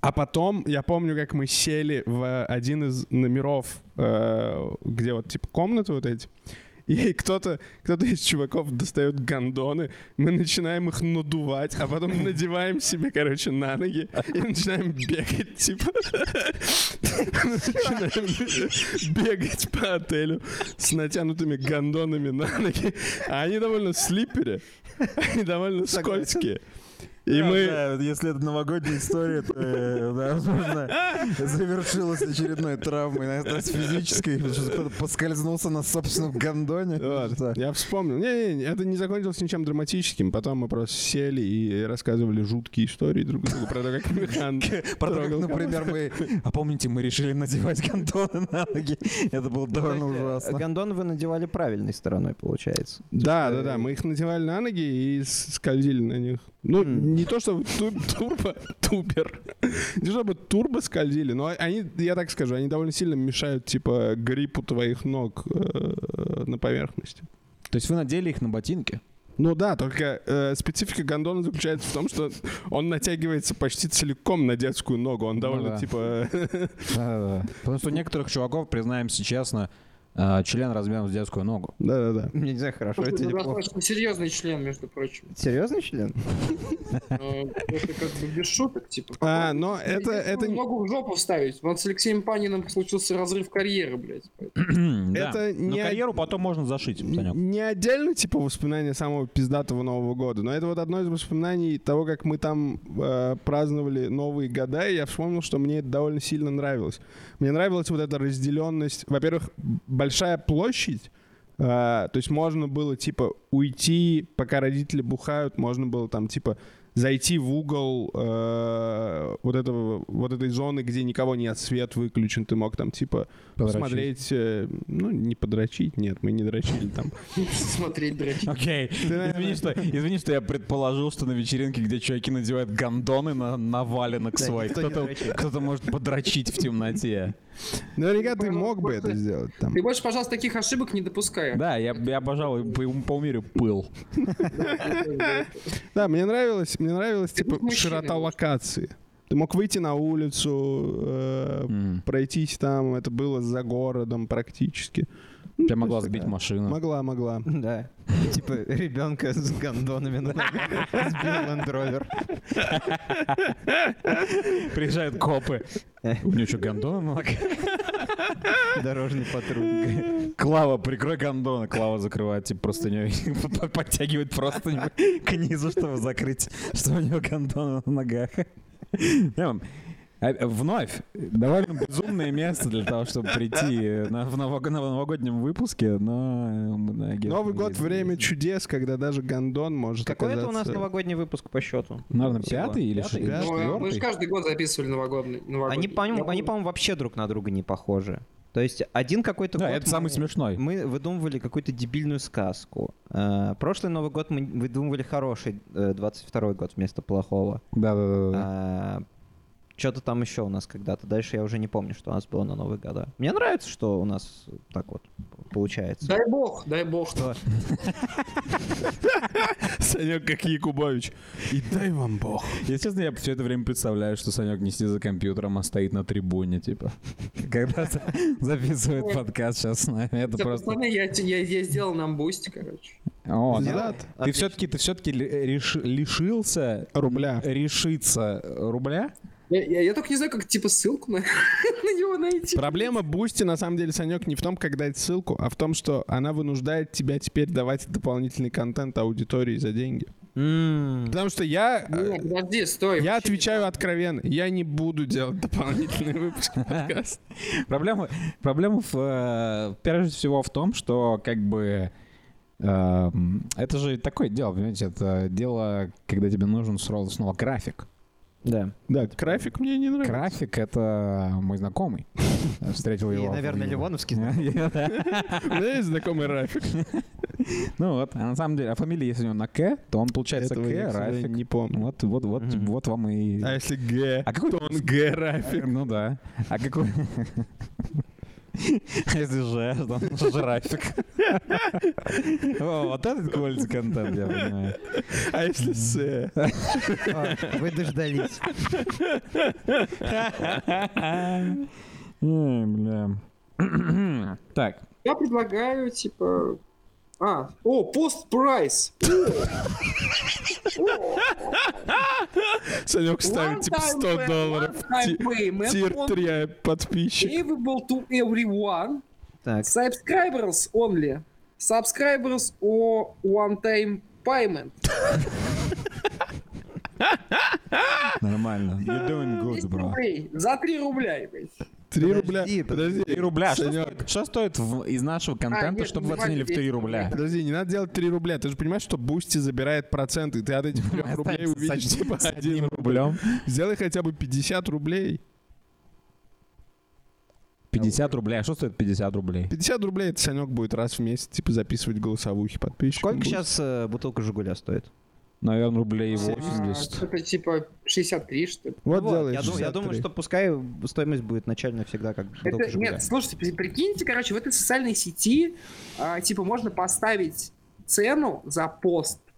[SPEAKER 1] а потом, я помню, как мы сели в один из номеров, э, где вот типа комнаты вот эти, и кто-то кто из чуваков достает гондоны, мы начинаем их надувать, а потом надеваем себе, короче, на ноги и начинаем бегать, типа. Начинаем бегать по отелю с натянутыми гондонами на ноги. А они довольно слипери, они довольно
[SPEAKER 2] Согласен.
[SPEAKER 1] скользкие. И мы...
[SPEAKER 6] если это новогодняя история, то, э, возможно, завершилась очередной травмой, наверное, с физической, потому что кто-то поскользнулся на собственном гондоне.
[SPEAKER 1] Вот, Я вспомнил. Не-не-не, это не закончилось ничем драматическим. Потом мы просто сели и рассказывали жуткие истории друг другу про то, как Михан
[SPEAKER 6] Про то, как,
[SPEAKER 1] трогал
[SPEAKER 6] например, мы... А помните, мы решили надевать гондоны на ноги? Это было
[SPEAKER 2] ну,
[SPEAKER 6] довольно ужасно.
[SPEAKER 2] Гондон вы надевали правильной стороной, получается.
[SPEAKER 1] Да, да, да. Мы их надевали на ноги и с- скользили на них. Ну,
[SPEAKER 2] М.
[SPEAKER 1] не то чтобы ту- турбо, тупер. Не чтобы турбо скользили, но они, я так скажу, они довольно сильно мешают, типа, гриппу твоих ног э, на поверхности.
[SPEAKER 6] То есть вы надели их на ботинки?
[SPEAKER 1] Ну да, только э, специфика гондона заключается в том, что он натягивается почти целиком на детскую ногу. Он довольно,
[SPEAKER 6] Ну да.
[SPEAKER 1] типа,
[SPEAKER 6] Потому что у некоторых чуваков, признаемся честно, э, член размером с детскую ногу.
[SPEAKER 1] Да-да-да.
[SPEAKER 2] Мне не знаю, хорошо это
[SPEAKER 5] Это
[SPEAKER 2] или плохо.
[SPEAKER 5] достаточно серьезный член, между прочим.
[SPEAKER 2] Серьезный член?
[SPEAKER 5] Э, Это как бы без шуток, типа.
[SPEAKER 1] А, но это,
[SPEAKER 5] Я
[SPEAKER 1] это,
[SPEAKER 5] Могу в жопу вставить. Вот с Алексеем Паниным случился разрыв карьеры, блядь. поэтому.
[SPEAKER 1] Это
[SPEAKER 6] Это
[SPEAKER 1] не
[SPEAKER 6] Но
[SPEAKER 1] од-
[SPEAKER 6] карьеру потом можно зашить, Санек.
[SPEAKER 1] не отдельно, типа, воспоминания самого пиздатого Нового года, но это вот одно из воспоминаний того, как мы там э, праздновали Новые года, и я вспомнил, что мне это довольно сильно нравилось. Мне нравилась вот эта разделенность. Во-первых, большая площадь, э, то есть можно было, типа, уйти, пока родители бухают, можно было там, типа, зайти в угол э, вот, этого, вот этой зоны, где никого нет, свет выключен, ты мог там, типа, посмотреть, э, ну, не подрочить, нет, мы не дрочили там.
[SPEAKER 5] Смотреть, дрочить.
[SPEAKER 6] Окей. Извини, что, извини, что я предположил, что на вечеринке, где чуваки надевают гондоны на, на валенок
[SPEAKER 2] Да,
[SPEAKER 6] свой,
[SPEAKER 2] никто не
[SPEAKER 6] кто-то
[SPEAKER 2] дрочит.
[SPEAKER 6] кто-то может подрочить в темноте.
[SPEAKER 1] Наверняка ты мог бы это сделать там.
[SPEAKER 5] Ты больше, пожалуйста, таких ошибок не допускай.
[SPEAKER 6] Да, я, я пожалуй, по, умерю пыл.
[SPEAKER 1] Да, мне нравилось, мне нравилось,
[SPEAKER 5] Ты
[SPEAKER 1] типа,
[SPEAKER 5] будь мужчиной
[SPEAKER 1] широта
[SPEAKER 5] лучше.
[SPEAKER 1] локации. Ты мог выйти на улицу, э,
[SPEAKER 6] М.
[SPEAKER 1] пройтись там, это было за городом практически. Ну,
[SPEAKER 6] Тебя
[SPEAKER 1] то
[SPEAKER 6] могла
[SPEAKER 1] есть
[SPEAKER 6] сбить
[SPEAKER 1] такая.
[SPEAKER 6] машина.
[SPEAKER 1] Могла, могла.
[SPEAKER 2] Да. Типа ребенка с гондонами на ногах сбил Land Rover.
[SPEAKER 6] Приезжают копы. У нее что, гондоны на ногах?
[SPEAKER 2] Дорожный патруль.
[SPEAKER 6] Клава, прикрой гондоны. Клава закрывает, типа, простыней. Подтягивает просто к низу, чтобы закрыть, что у него гондоны на ногах. Эм, а, Вновь, довольно безумное место для того, чтобы прийти э, на, в новог- на новогоднем выпуске, но... э, мы на агентство
[SPEAKER 1] Новый год —
[SPEAKER 6] ездили.
[SPEAKER 1] время чудес, когда даже гондон может
[SPEAKER 2] Какой это у нас
[SPEAKER 1] оказаться-
[SPEAKER 2] новогодний выпуск по счету?
[SPEAKER 6] Наверное,
[SPEAKER 2] Всего.
[SPEAKER 6] э, пятый или ш- или
[SPEAKER 1] пятый.
[SPEAKER 5] Ну, э, Мы же
[SPEAKER 6] четвертый?
[SPEAKER 5] каждый год записывали новогодный.
[SPEAKER 2] Они,
[SPEAKER 5] новогодний.
[SPEAKER 2] по-моему,
[SPEAKER 5] Я
[SPEAKER 2] они,
[SPEAKER 5] помню.
[SPEAKER 2] по-моему, вообще друг на друга не похожи. То есть один какой-то
[SPEAKER 6] Да,
[SPEAKER 2] год
[SPEAKER 6] это самый
[SPEAKER 2] мы-
[SPEAKER 6] смешной.
[SPEAKER 2] Мы выдумывали какую-то дебильную сказку. Э, Прошлый Новый год мы выдумывали хороший э, 22 год вместо плохого.
[SPEAKER 6] Да, да, да,
[SPEAKER 5] А,
[SPEAKER 6] да.
[SPEAKER 2] Что-то там еще у нас когда-то. Дальше я уже не помню, что у нас было на Новые года. Мне нравится, что у нас так вот получается.
[SPEAKER 5] Дай бог, дай бог.
[SPEAKER 1] Санек, как Якубович. И дай вам бог.
[SPEAKER 6] Если честно, я все это время представляю, что Санек не сидит за компьютером, а стоит на трибуне, типа. Когда за- записывает подкаст сейчас с нами. Это
[SPEAKER 5] Да,
[SPEAKER 6] просто...
[SPEAKER 5] пацаны, я, я, я сделал нам бусть, короче.
[SPEAKER 6] О, да.
[SPEAKER 1] Зад.
[SPEAKER 6] Ты
[SPEAKER 2] Отлично.
[SPEAKER 6] все-таки ты все-таки лишился
[SPEAKER 1] Рубля.
[SPEAKER 6] решиться э, рубля?
[SPEAKER 5] Я, я- я только не знаю, как типа ссылку на, на него найти.
[SPEAKER 1] Проблема Бусти, на самом деле, Санек, не в том, как дать ссылку, а в том, что она вынуждает тебя теперь давать дополнительный контент аудитории за деньги.
[SPEAKER 2] М,
[SPEAKER 1] Потому что я...
[SPEAKER 5] Не,
[SPEAKER 1] э,
[SPEAKER 5] подожди, стой.
[SPEAKER 1] Я
[SPEAKER 5] Ну, вообще не
[SPEAKER 1] отвечаю откровенно, я не буду делать дополнительный выпуск подкаста.
[SPEAKER 6] Проблема, проблема в, э, прежде всего в том, что как бы э, м, это же такое дело, понимаете, это дело, когда тебе нужен снова, снова график.
[SPEAKER 2] Да.
[SPEAKER 1] Да, график мне не нравится.
[SPEAKER 6] График — это мой знакомый. Встретил
[SPEAKER 2] И,
[SPEAKER 6] его. в-
[SPEAKER 2] наверное, Ливоновский знак.
[SPEAKER 1] У меня есть знакомый Рафик.
[SPEAKER 6] Ну вот, а на самом деле, а фамилия, если у него на К, то он получается
[SPEAKER 1] Этого я,
[SPEAKER 6] К,
[SPEAKER 1] к сожалению,
[SPEAKER 6] Рафик.
[SPEAKER 1] не помню.
[SPEAKER 6] Вот, вот, вот,
[SPEAKER 2] Мгм.
[SPEAKER 6] вот вам и...
[SPEAKER 1] А если Г,
[SPEAKER 6] А какой
[SPEAKER 1] то он Г Рафик.
[SPEAKER 6] Ну да. А какой... А Если же, то он жирафик. О, Вот этот quality контент, я понимаю.
[SPEAKER 1] А если С?
[SPEAKER 2] А, Вы дождались.
[SPEAKER 6] Ой, бля. Так,
[SPEAKER 5] Я предлагаю, типа... А, о, пост-прайс.
[SPEAKER 1] Санек ставит типа 100 долларов. Ти- Тир 3 подписчик.
[SPEAKER 5] Available to everyone.
[SPEAKER 2] Так.
[SPEAKER 5] Subscribers only. Subscribers or one-time payment.
[SPEAKER 6] нормально. You're doing good,
[SPEAKER 5] 10
[SPEAKER 6] bro.
[SPEAKER 5] рублей. За 3 рубля, блядь.
[SPEAKER 1] 3 рубля.
[SPEAKER 2] подожди.
[SPEAKER 1] Подожди.
[SPEAKER 6] Три рубля. Что
[SPEAKER 1] Санёк,
[SPEAKER 6] стоит- Что стоит в- из нашего контента,
[SPEAKER 5] нет,
[SPEAKER 6] чтобы вы
[SPEAKER 5] минимально
[SPEAKER 6] оценили в 3
[SPEAKER 5] 10
[SPEAKER 6] рубля?
[SPEAKER 1] Подожди, не надо делать 3 рубля. Ты же понимаешь, что Бусти забирает проценты. и Ты от
[SPEAKER 6] Ну,
[SPEAKER 1] этих 3 рублей
[SPEAKER 6] Останется
[SPEAKER 1] увидишь
[SPEAKER 6] с
[SPEAKER 1] типа
[SPEAKER 6] с одним
[SPEAKER 1] 1 рубль.
[SPEAKER 6] рублем.
[SPEAKER 1] Сделай хотя бы 50 рублей.
[SPEAKER 6] 50 рублей. А что стоит 50 рублей?
[SPEAKER 1] 50 рублей это Санек будет раз в месяц типа записывать голосовухи подписчиков.
[SPEAKER 2] Сколько сейчас э, бутылка Жигуля стоит?
[SPEAKER 6] Наверное, рублей
[SPEAKER 5] А,
[SPEAKER 6] 80.
[SPEAKER 5] что-то типа 63, что ли.
[SPEAKER 1] Вот
[SPEAKER 2] Вот,
[SPEAKER 1] делаешь
[SPEAKER 2] я, ду- я
[SPEAKER 1] 63.
[SPEAKER 2] думаю, что пускай стоимость будет начальная всегда как
[SPEAKER 5] Это-
[SPEAKER 2] бутылка Жигуля.
[SPEAKER 5] нет, слушайте, при- прикиньте, короче, в этой социальной сети, а, типа, можно поставить цену за пост. Типа,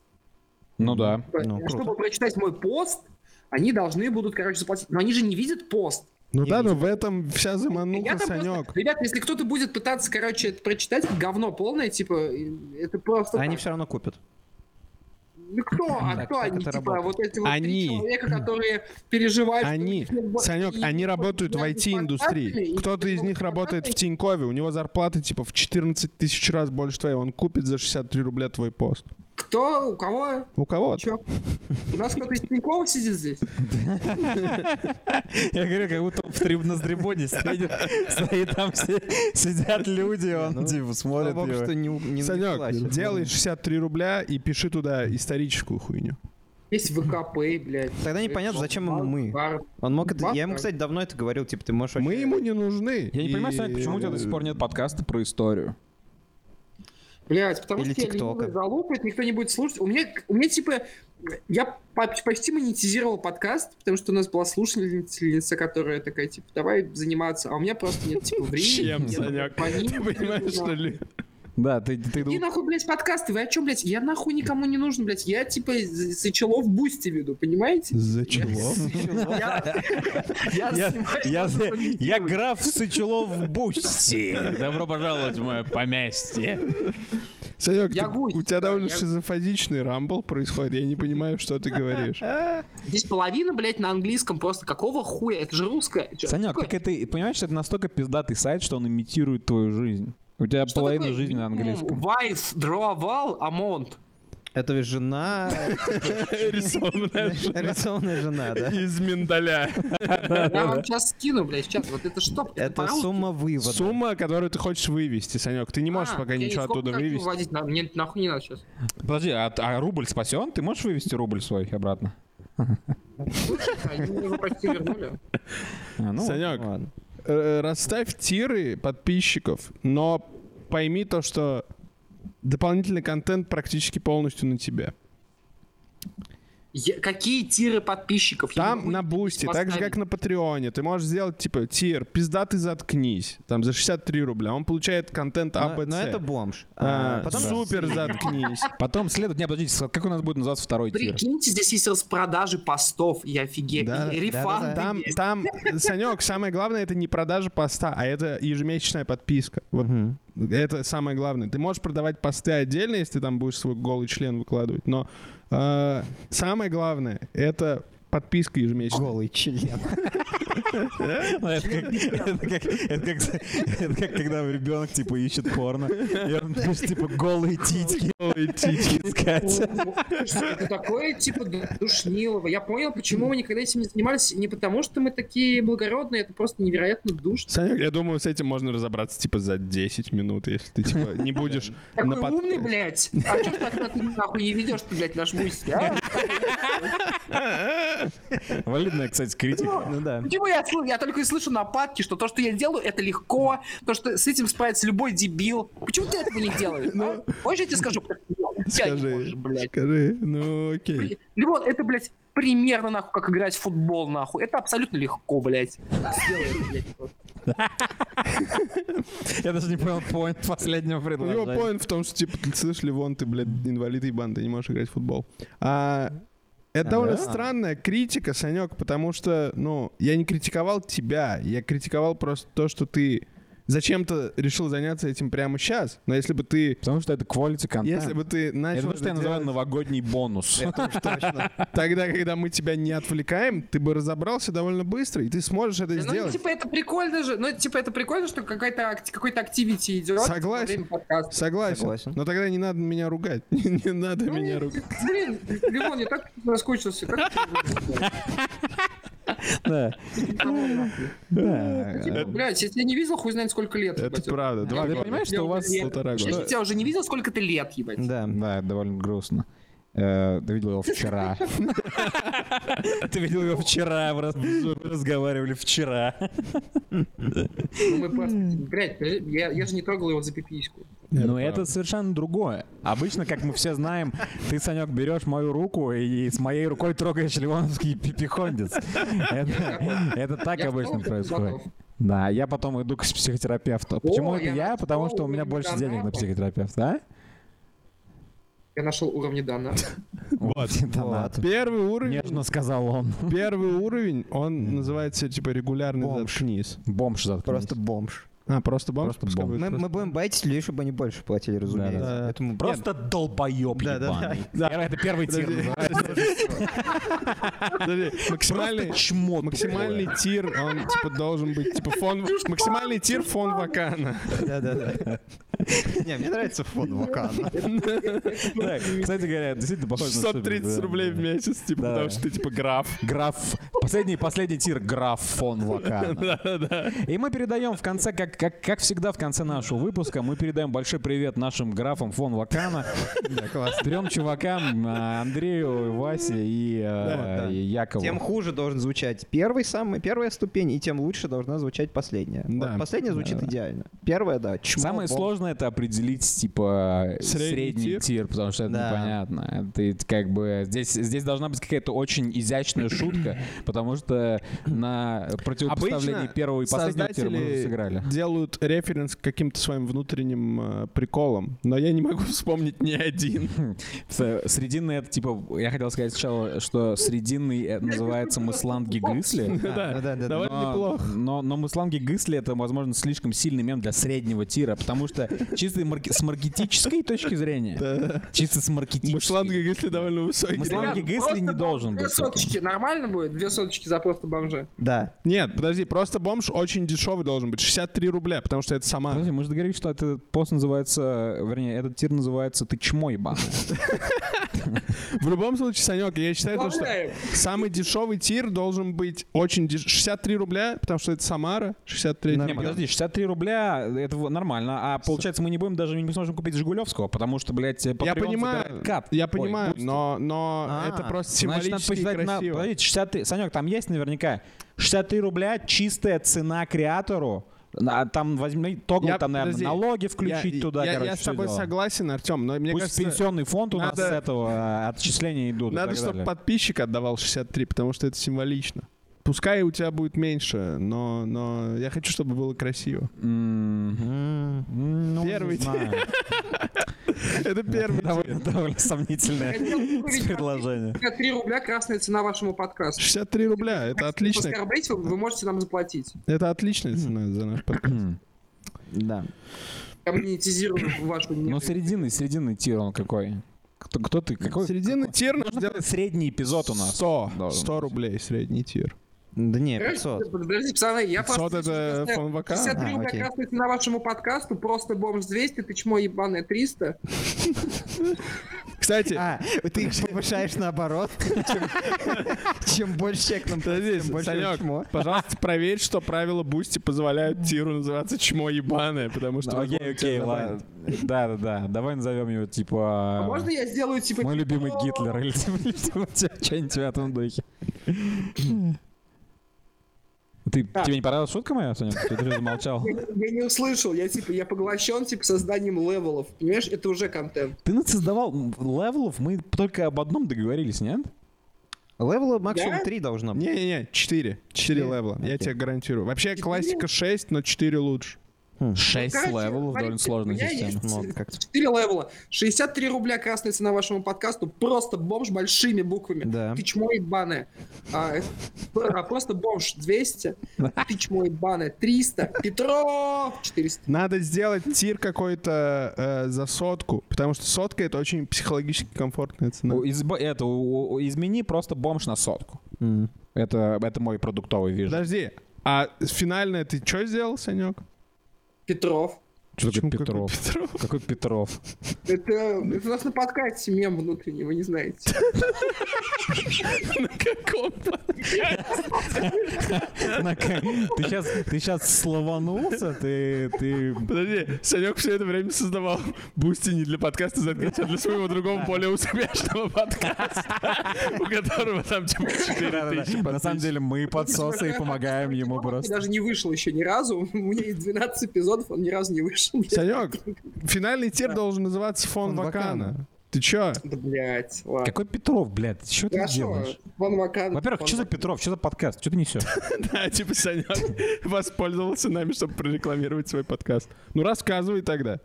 [SPEAKER 6] Ну да.
[SPEAKER 2] Ну,
[SPEAKER 5] Чтобы
[SPEAKER 2] круто.
[SPEAKER 5] прочитать мой пост, они должны будут, короче, заплатить. Но они же не видят пост.
[SPEAKER 1] Ну
[SPEAKER 2] Не
[SPEAKER 1] да, но
[SPEAKER 2] видел.
[SPEAKER 1] в этом вся замануха,
[SPEAKER 5] Я там просто-
[SPEAKER 1] Санек.
[SPEAKER 5] Ребята, если кто-то будет пытаться, короче, это прочитать, это говно полное, типа, и это просто...
[SPEAKER 2] Они
[SPEAKER 5] так.
[SPEAKER 2] все равно купят.
[SPEAKER 5] Ну кто? А
[SPEAKER 2] Так,
[SPEAKER 5] кто
[SPEAKER 2] как
[SPEAKER 5] они,
[SPEAKER 2] это
[SPEAKER 5] типа,
[SPEAKER 2] работает?
[SPEAKER 5] вот эти вот
[SPEAKER 1] Они.
[SPEAKER 5] три человека, которые переживают... что
[SPEAKER 1] Они,
[SPEAKER 5] у них нет-
[SPEAKER 1] Санек,
[SPEAKER 5] и-
[SPEAKER 1] они работают в
[SPEAKER 5] и-
[SPEAKER 1] IT-индустрии.
[SPEAKER 5] и-
[SPEAKER 1] Кто-то из них работает в Тинькове, у него зарплата типа в 14 тысяч раз больше твоей, он купит за 63 рубля твой пост.
[SPEAKER 5] Кто? У кого?
[SPEAKER 1] У кого-то.
[SPEAKER 5] Чё? У нас кто-то из Тинькова сидит здесь?
[SPEAKER 6] Я говорю, как будто он в три, на трибуне сидит, стоит там все, сидят люди, он
[SPEAKER 1] ну,
[SPEAKER 6] типа смотрит
[SPEAKER 2] Слава богу,
[SPEAKER 6] его.
[SPEAKER 2] что не, у- не на
[SPEAKER 1] Санек,
[SPEAKER 2] Николасе.
[SPEAKER 1] делай 63 рубля и пиши туда историческую хуйню.
[SPEAKER 5] Есть ВКП, блядь.
[SPEAKER 2] Тогда непонятно, зачем ему мы.
[SPEAKER 5] Бар-
[SPEAKER 2] Он мог это...
[SPEAKER 5] Бабка.
[SPEAKER 2] Я ему, кстати, давно это говорил, типа, ты можешь...
[SPEAKER 1] Мы
[SPEAKER 2] вообще-
[SPEAKER 1] ему не нужны.
[SPEAKER 6] Я не понимаю, Саня, почему у тебя до сих пор нет подкаста про историю?
[SPEAKER 5] Блядь, потому
[SPEAKER 2] Или
[SPEAKER 5] что я
[SPEAKER 2] ТикТока.
[SPEAKER 5] ленивый залупает, никто не будет слушать. У меня, у меня типа, я по- почти монетизировал подкаст, потому что у нас была слушательница, которая такая, типа, давай заниматься, а у меня просто нет, типа, времени.
[SPEAKER 1] Чем,
[SPEAKER 5] нет
[SPEAKER 1] Санек?
[SPEAKER 5] компании,
[SPEAKER 1] Ты понимаешь, что ли?
[SPEAKER 6] Да, ты, ты,
[SPEAKER 5] Иди нахуй, блядь, подкасты, вы о чем, блядь? Я нахуй никому не нужен, блядь. Я, типа, за за чело в бусте веду, понимаете?
[SPEAKER 1] За чего?
[SPEAKER 6] я, я, я граф Сычелов Бусти. Добро пожаловать в мое поместье.
[SPEAKER 1] Санек,
[SPEAKER 5] Я гусь,
[SPEAKER 1] у тебя
[SPEAKER 5] да,
[SPEAKER 1] довольно
[SPEAKER 5] я-
[SPEAKER 1] шизофоничный рамбл происходит, я не понимаю, что ты говоришь.
[SPEAKER 5] Здесь половина, блядь, на английском просто. Какого хуя? Это же русское. Чё,
[SPEAKER 6] Санек,
[SPEAKER 5] такое?
[SPEAKER 6] так это, понимаешь, это настолько пиздатый сайт, что он имитирует твою жизнь. У тебя
[SPEAKER 5] Что
[SPEAKER 6] половина
[SPEAKER 5] такое Ну,
[SPEAKER 6] жизни на
[SPEAKER 5] минимум?
[SPEAKER 6] английском.
[SPEAKER 5] Vice, Drawval, Amount.
[SPEAKER 2] Это ведь жена...
[SPEAKER 1] Рисованная
[SPEAKER 2] Рисованная жена, да?
[SPEAKER 1] из миндаля.
[SPEAKER 5] Я вам сейчас скину, блядь, сейчас. Вот это что?
[SPEAKER 2] Это
[SPEAKER 5] по-русски?
[SPEAKER 2] сумма вывода.
[SPEAKER 1] Сумма, которую ты хочешь вывести, Санек. Ты не можешь
[SPEAKER 5] А,
[SPEAKER 1] пока
[SPEAKER 5] я не
[SPEAKER 1] ничего
[SPEAKER 5] сколько
[SPEAKER 1] оттуда
[SPEAKER 5] хочу
[SPEAKER 1] вывести.
[SPEAKER 5] выводить, на- мне нахуй не надо сейчас.
[SPEAKER 6] Подожди, а, а рубль спасен? Ты можешь вывести рубль свой обратно?
[SPEAKER 5] Они А, мне его почти вернули.
[SPEAKER 6] А, ну,
[SPEAKER 1] Санек,
[SPEAKER 2] Ладно.
[SPEAKER 1] э, расставь тиры подписчиков, но пойми то, что дополнительный контент практически полностью на тебе.
[SPEAKER 7] Я- какие тиры подписчиков? Я не
[SPEAKER 1] Там
[SPEAKER 7] могу
[SPEAKER 1] на бусте, так же как
[SPEAKER 7] поставить.
[SPEAKER 1] на Патреоне, ты можешь сделать типа тир, пизда ты заткнись, там за 63 рубля, он получает контент А,
[SPEAKER 2] Но,
[SPEAKER 1] АБЦ.
[SPEAKER 2] но это бомж.
[SPEAKER 1] А,
[SPEAKER 2] А, потом
[SPEAKER 1] Супер заткнись.
[SPEAKER 6] Потом следует... Не, подождите, как у нас будет называться второй тир?
[SPEAKER 7] Прикиньте, здесь есть распродажи постов, я офигею.
[SPEAKER 1] Да,
[SPEAKER 7] И рефанды
[SPEAKER 1] Там,
[SPEAKER 7] есть.
[SPEAKER 1] там, Санек, самое главное это не продажа поста, а это ежемесячная подписка. Вот это самое главное. Ты можешь продавать посты отдельно, если ты там будешь свой голый член выкладывать, но э, самое главное это подписка ежемесячная.
[SPEAKER 2] голый член.
[SPEAKER 6] Ну, Это как- это как- это как- это как когда ребенок типа ищет порно, и он пишет типа голые титьки. Голые титьки искать.
[SPEAKER 5] Это такое, типа, ду- душнилово. Я понял, почему мы никогда этим не занимались. Не потому, что мы такие благородные, это просто невероятно душно.
[SPEAKER 1] Санек, я думаю, с этим можно разобраться типа за 10 минут, если ты типа не будешь на
[SPEAKER 5] Такой
[SPEAKER 1] под-
[SPEAKER 5] умный, блядь. А чё ж тогда ты нахуй не ведешь, ты, блядь, наш мультик, а?
[SPEAKER 6] Валидная, кстати, критика.
[SPEAKER 2] Ну да.
[SPEAKER 7] Почему я, слышу? я только и слышу нападки, что то, что я делаю, это легко, то, что с этим справится любой дебил. Почему ты этого не делаешь? а? Хочешь, я тебе скажу? как ты делаешь? Я не
[SPEAKER 1] Ну, Скажи,
[SPEAKER 7] можешь, блядь.
[SPEAKER 1] скажи, ну окей.
[SPEAKER 7] Блин, Лимон, это, блядь, примерно, нахуй, как играть в футбол, нахуй. Это абсолютно легко, блядь. Сделай это, блядь, просто.
[SPEAKER 6] Я даже не понял поинт последнего
[SPEAKER 1] У него
[SPEAKER 6] предложения.
[SPEAKER 1] поинт в том, что, типа, ты слышали, вон ты, блядь, инвалид ебан, ты не можешь играть в футбол. А, это
[SPEAKER 2] А,
[SPEAKER 1] довольно
[SPEAKER 2] да?
[SPEAKER 1] странная критика, Санек, потому что, ну, я не критиковал тебя, я критиковал просто то, что ты зачем-то решил заняться этим прямо сейчас. Но если бы ты,
[SPEAKER 6] Потому что это quality
[SPEAKER 1] если
[SPEAKER 6] контент.
[SPEAKER 1] бы ты
[SPEAKER 6] Это
[SPEAKER 1] начал
[SPEAKER 6] то, что А, я
[SPEAKER 1] это
[SPEAKER 6] называю
[SPEAKER 1] делать
[SPEAKER 6] новогодний бонус.
[SPEAKER 2] Это уж точно.
[SPEAKER 1] тогда, когда мы тебя не отвлекаем, ты бы разобрался довольно быстро, и ты сможешь это
[SPEAKER 5] Ну,
[SPEAKER 1] сделать.
[SPEAKER 5] типа, это прикольно же. Ну, типа, это прикольно, что какая-то акти- какой-то активити идет.
[SPEAKER 1] Согласен.
[SPEAKER 5] подкаста.
[SPEAKER 1] Согласен.
[SPEAKER 2] Согласен.
[SPEAKER 1] Но тогда не надо меня ругать. Не надо
[SPEAKER 6] Ну,
[SPEAKER 1] меня ругать.
[SPEAKER 5] Блин, Лимон, я так соскучился. Как
[SPEAKER 6] Да.
[SPEAKER 5] Блять, я тебя не видел, хуй знает сколько лет.
[SPEAKER 1] Это
[SPEAKER 5] ебать.
[SPEAKER 1] правда. Два
[SPEAKER 6] А Ты
[SPEAKER 1] года.
[SPEAKER 6] понимаешь, что у вас...
[SPEAKER 5] Я-
[SPEAKER 1] Полтора
[SPEAKER 5] Я
[SPEAKER 1] года.
[SPEAKER 5] же тебя уже не видел, сколько ты лет, ебать.
[SPEAKER 2] Да.
[SPEAKER 6] Да, это довольно грустно. Э, Ты видел его вчера. Ты видел его вчера, разговаривали вчера.
[SPEAKER 5] Ну, мы просто... Блядь, подожди, я, я же не трогал его за пипиську.
[SPEAKER 6] Но это совершенно другое. Обычно, как мы все знаем, ты, Санек, берешь мою руку и с моей рукой трогаешь ливановский пипихондец. Это, это так
[SPEAKER 5] Я
[SPEAKER 6] обычно
[SPEAKER 5] вспомнил,
[SPEAKER 6] происходит.
[SPEAKER 5] готов.
[SPEAKER 6] Да, я потом иду к психотерапевту. Почему
[SPEAKER 5] О,
[SPEAKER 6] это
[SPEAKER 5] я
[SPEAKER 6] я?
[SPEAKER 5] нашел
[SPEAKER 6] Потому что у меня больше
[SPEAKER 5] уровень
[SPEAKER 6] денег на
[SPEAKER 5] доната.
[SPEAKER 6] психотерапевта,
[SPEAKER 5] Я нашел уровни дана.
[SPEAKER 6] а? Вот. донат.
[SPEAKER 1] Первый уровень.
[SPEAKER 6] Нежно сказал он.
[SPEAKER 1] Первый уровень, он называется типа регулярный заткнись.
[SPEAKER 6] Бомж заткнись.
[SPEAKER 2] Просто бомж.
[SPEAKER 1] А, просто бомж?
[SPEAKER 6] Просто
[SPEAKER 1] Пускай
[SPEAKER 6] бомж.
[SPEAKER 1] будет
[SPEAKER 2] Мы,
[SPEAKER 1] просто-
[SPEAKER 2] мы будем байтить людей, чтобы они больше платили, разумеется.
[SPEAKER 1] да.
[SPEAKER 2] Поэтому
[SPEAKER 6] Просто долбоеб
[SPEAKER 1] Да, да, да.
[SPEAKER 6] ебаный. Первый- Это первый тир.
[SPEAKER 1] Подожди.
[SPEAKER 6] называется.
[SPEAKER 1] Подожди, максимальный...
[SPEAKER 6] Просто чмо тупое.
[SPEAKER 1] Максимальный тир, он типа должен быть типа фон. Максимальный тир фон Вакана.
[SPEAKER 2] Да, да, да. Не, мне нравится фон вулкана.
[SPEAKER 6] Так, Кстати говоря, это действительно похоже на супер,
[SPEAKER 1] 630
[SPEAKER 6] да,
[SPEAKER 1] рублей
[SPEAKER 6] да.
[SPEAKER 1] в месяц, типа,
[SPEAKER 6] Да.
[SPEAKER 1] потому что ты типа граф.
[SPEAKER 6] Граф. Последний, последний тир граф фон Вакана. И мы передаем в конце, как, как, как всегда в конце нашего выпуска, мы передаем большой привет нашим графам фон Вакана. Трем чувакам, а, Андрею, Васе и, а,
[SPEAKER 2] Да, да.
[SPEAKER 6] и Якову.
[SPEAKER 2] Тем хуже должен звучать первый самый, первая ступень, и тем лучше должна звучать последняя. Вот
[SPEAKER 1] Да.
[SPEAKER 2] последняя звучит идеально. Первая, да. чмо,
[SPEAKER 6] Самое
[SPEAKER 2] бомж.
[SPEAKER 6] сложное это определить типа
[SPEAKER 1] Средний
[SPEAKER 6] средний,
[SPEAKER 1] тир?
[SPEAKER 6] тир. потому что это
[SPEAKER 2] Да.
[SPEAKER 6] непонятно. Ты как бы здесь здесь должна быть какая-то очень изящная шутка, потому что на противопоставлении
[SPEAKER 1] Обычно
[SPEAKER 6] первого и последнего тира мы уже сыграли.
[SPEAKER 1] Создатели делают референс к каким-то своим внутренним э, приколам, но я не могу вспомнить ни один.
[SPEAKER 6] С- Срединный это типа я хотел сказать сначала, что срединный это называется мыслан гигысли.
[SPEAKER 2] А, ну Да, да, да, да.
[SPEAKER 1] Давай
[SPEAKER 6] Но-
[SPEAKER 1] неплохо.
[SPEAKER 6] Но, но мысланги гысли это, возможно, слишком сильный мем для среднего тира, потому что чисто марке- с маркетической точки зрения, чисто с маркетической.
[SPEAKER 1] Мушланг, если довольно высокий.
[SPEAKER 6] Мыслан
[SPEAKER 5] просто
[SPEAKER 6] Гисли не должен
[SPEAKER 5] Две
[SPEAKER 6] быть. таким.
[SPEAKER 5] соточки, нормально будет? Две соточки за просто бомжа.
[SPEAKER 2] Да.
[SPEAKER 1] Нет, подожди, просто бомж очень дешевый должен быть. 63 рубля, потому что это сама.
[SPEAKER 6] Подожди, мы же договорились, что этот пост называется, вернее, этот тир называется «Ты чмо ебаный».
[SPEAKER 1] В любом случае, Санек, я считаю, то, что
[SPEAKER 5] Добавляем.
[SPEAKER 1] самый дешевый тир должен быть очень деш... 63 рубля, потому что это Самара, 63
[SPEAKER 6] Не, подожди, 63 рубля, это во- нормально, а получается мы не будем даже, не сможем купить Жигулевского, потому что, блядь,
[SPEAKER 1] Я
[SPEAKER 6] Patreon
[SPEAKER 1] понимаю,
[SPEAKER 6] забирает кат.
[SPEAKER 1] я
[SPEAKER 6] Ой,
[SPEAKER 1] понимаю,
[SPEAKER 6] пусть.
[SPEAKER 1] но, но
[SPEAKER 2] А,
[SPEAKER 1] это просто
[SPEAKER 6] Значит, надо
[SPEAKER 1] символически
[SPEAKER 6] посчитать, на-
[SPEAKER 1] красиво.
[SPEAKER 6] подождите, 63, Санек, там есть наверняка 63 рубля чистая цена креатору. А там возьми, тогл,
[SPEAKER 1] Я-
[SPEAKER 6] там, наверное,
[SPEAKER 1] подожди.
[SPEAKER 6] налоги включить
[SPEAKER 1] Я-
[SPEAKER 6] туда,
[SPEAKER 1] я,
[SPEAKER 6] короче,
[SPEAKER 1] я с
[SPEAKER 6] всё
[SPEAKER 1] тобой
[SPEAKER 6] дело.
[SPEAKER 1] согласен, Артем, но мне
[SPEAKER 6] Пусть
[SPEAKER 1] кажется,
[SPEAKER 6] пенсионный фонд у нас
[SPEAKER 1] надо-
[SPEAKER 6] с этого а, отчисления идут. и
[SPEAKER 1] надо,
[SPEAKER 6] так
[SPEAKER 1] чтобы
[SPEAKER 6] далее.
[SPEAKER 1] подписчик отдавал 63, потому что это символично. Пускай у тебя будет меньше, но, но я хочу, чтобы было красиво.
[SPEAKER 6] М, м, ну, не
[SPEAKER 1] Первый день.
[SPEAKER 6] знаю.
[SPEAKER 1] Это первый.
[SPEAKER 6] Довольно, довольно сомнительное предложение.
[SPEAKER 5] 3 рубля красная цена вашему подкасту.
[SPEAKER 1] 63 рубля, это отлично.
[SPEAKER 5] Оскорблять вы, вы можете нам заплатить.
[SPEAKER 1] Это отличная цена за наш подкаст.
[SPEAKER 2] Да.
[SPEAKER 5] Я монетизирую вашу
[SPEAKER 6] Ну,
[SPEAKER 5] ненависть.
[SPEAKER 6] серединный, серединный тир он какой. Кто, кто ты? Какой?
[SPEAKER 1] Серединный тир надо
[SPEAKER 6] Какой
[SPEAKER 1] сделать
[SPEAKER 6] Средний эпизод у нас.
[SPEAKER 1] 100,
[SPEAKER 6] должен
[SPEAKER 1] 100 рублей средний тир.
[SPEAKER 2] Да не,
[SPEAKER 5] Подождите,
[SPEAKER 2] 500.
[SPEAKER 5] Подождите, Э, пацаны, я
[SPEAKER 1] 500 это
[SPEAKER 5] просто...
[SPEAKER 1] фон вокал.
[SPEAKER 5] 63
[SPEAKER 2] А,
[SPEAKER 5] рубля
[SPEAKER 2] окей.
[SPEAKER 5] красная цена вашему подкасту, просто бомж 200, ты чмо ебаное 300.
[SPEAKER 1] Кстати,
[SPEAKER 2] А, ты их повышаешь наоборот. Чем- Чем больше человек нам платит, тем больше
[SPEAKER 1] Санёк,
[SPEAKER 2] чмо.
[SPEAKER 1] пожалуйста, проверь, что правила Бусти позволяют тиру называться чмо ебаное, потому что...
[SPEAKER 6] Ну, Окей,
[SPEAKER 1] возможно,
[SPEAKER 6] окей,
[SPEAKER 1] тебя
[SPEAKER 6] ладно. Да, да, да. Давай назовем его
[SPEAKER 5] А
[SPEAKER 6] типа.
[SPEAKER 5] можно я сделаю типа...
[SPEAKER 6] Мой любимый Гитлер или типа что-нибудь в этом духе. Ты, тебе не понравилась шутка моя, Саня? Ты даже замолчал.
[SPEAKER 5] Я, я не услышал, я типа, я поглощен типа созданием левелов, понимаешь, это уже контент.
[SPEAKER 6] Ты нас создавал левелов, мы только об одном договорились, нет?
[SPEAKER 1] Ну,
[SPEAKER 2] Левела максимум
[SPEAKER 5] Да?
[SPEAKER 2] 3 должно быть.
[SPEAKER 1] Не-не-не, 4. 4
[SPEAKER 2] Четыре?
[SPEAKER 1] левела, я
[SPEAKER 2] Окей.
[SPEAKER 1] тебе гарантирую. Вообще классика 6, но 4 лучше.
[SPEAKER 6] Шесть
[SPEAKER 5] Короче,
[SPEAKER 6] левелов
[SPEAKER 5] смотрите,
[SPEAKER 6] довольно сложная
[SPEAKER 5] у меня
[SPEAKER 6] система.
[SPEAKER 5] есть
[SPEAKER 2] Ну, как-то.
[SPEAKER 5] 4 левела, 63 рубля красная цена вашему подкасту, просто бомж большими буквами.
[SPEAKER 2] Да.
[SPEAKER 5] Ты чмо ебаное. А, э, а просто бомж 200, ты чмо ебаное 300, Петров 400.
[SPEAKER 1] Надо сделать тир какой-то э, за сотку, потому что сотка это очень психологически комфортная цена.
[SPEAKER 6] У- избо- это, у- у- измени просто бомж на сотку.
[SPEAKER 2] М.
[SPEAKER 6] Это, это мой продуктовый вижу.
[SPEAKER 1] Подожди, а финальное ты что сделал, Санек?
[SPEAKER 5] Петров.
[SPEAKER 6] Что
[SPEAKER 1] Почему
[SPEAKER 6] такое
[SPEAKER 1] какой
[SPEAKER 6] Петров?
[SPEAKER 1] Петров?
[SPEAKER 6] Какой Петров?
[SPEAKER 5] Это, это у нас на подкасте мем внутренний, вы не знаете.
[SPEAKER 6] На ка- Ты сейчас, ты сейчас слованулся, ты, ты...
[SPEAKER 1] Подожди, Санек все это время создавал бусти не для подкаста «Заткнись», а для своего другого более успешного подкаста, у которого там типа 4 тысячи
[SPEAKER 6] На самом деле мы подсосы и помогаем ему просто.
[SPEAKER 5] Даже не вышел еще ни разу. У меня есть 12 эпизодов, он ни разу не вышел.
[SPEAKER 1] Санек, финальный тир должен называться «Фон
[SPEAKER 2] Фон Вакана».
[SPEAKER 1] Вакана». Ты чё?
[SPEAKER 5] Да, блядь, ладно.
[SPEAKER 6] Какой Петров, блядь? Что ты
[SPEAKER 5] Хорошо,
[SPEAKER 6] делаешь?
[SPEAKER 5] Ван Макан.
[SPEAKER 6] Во-первых,
[SPEAKER 5] Ван
[SPEAKER 6] что за Петров? Что за подкаст? Что ты несешь?
[SPEAKER 1] Да, типа Санек воспользовался нами, чтобы прорекламировать свой подкаст. Ну рассказывай тогда.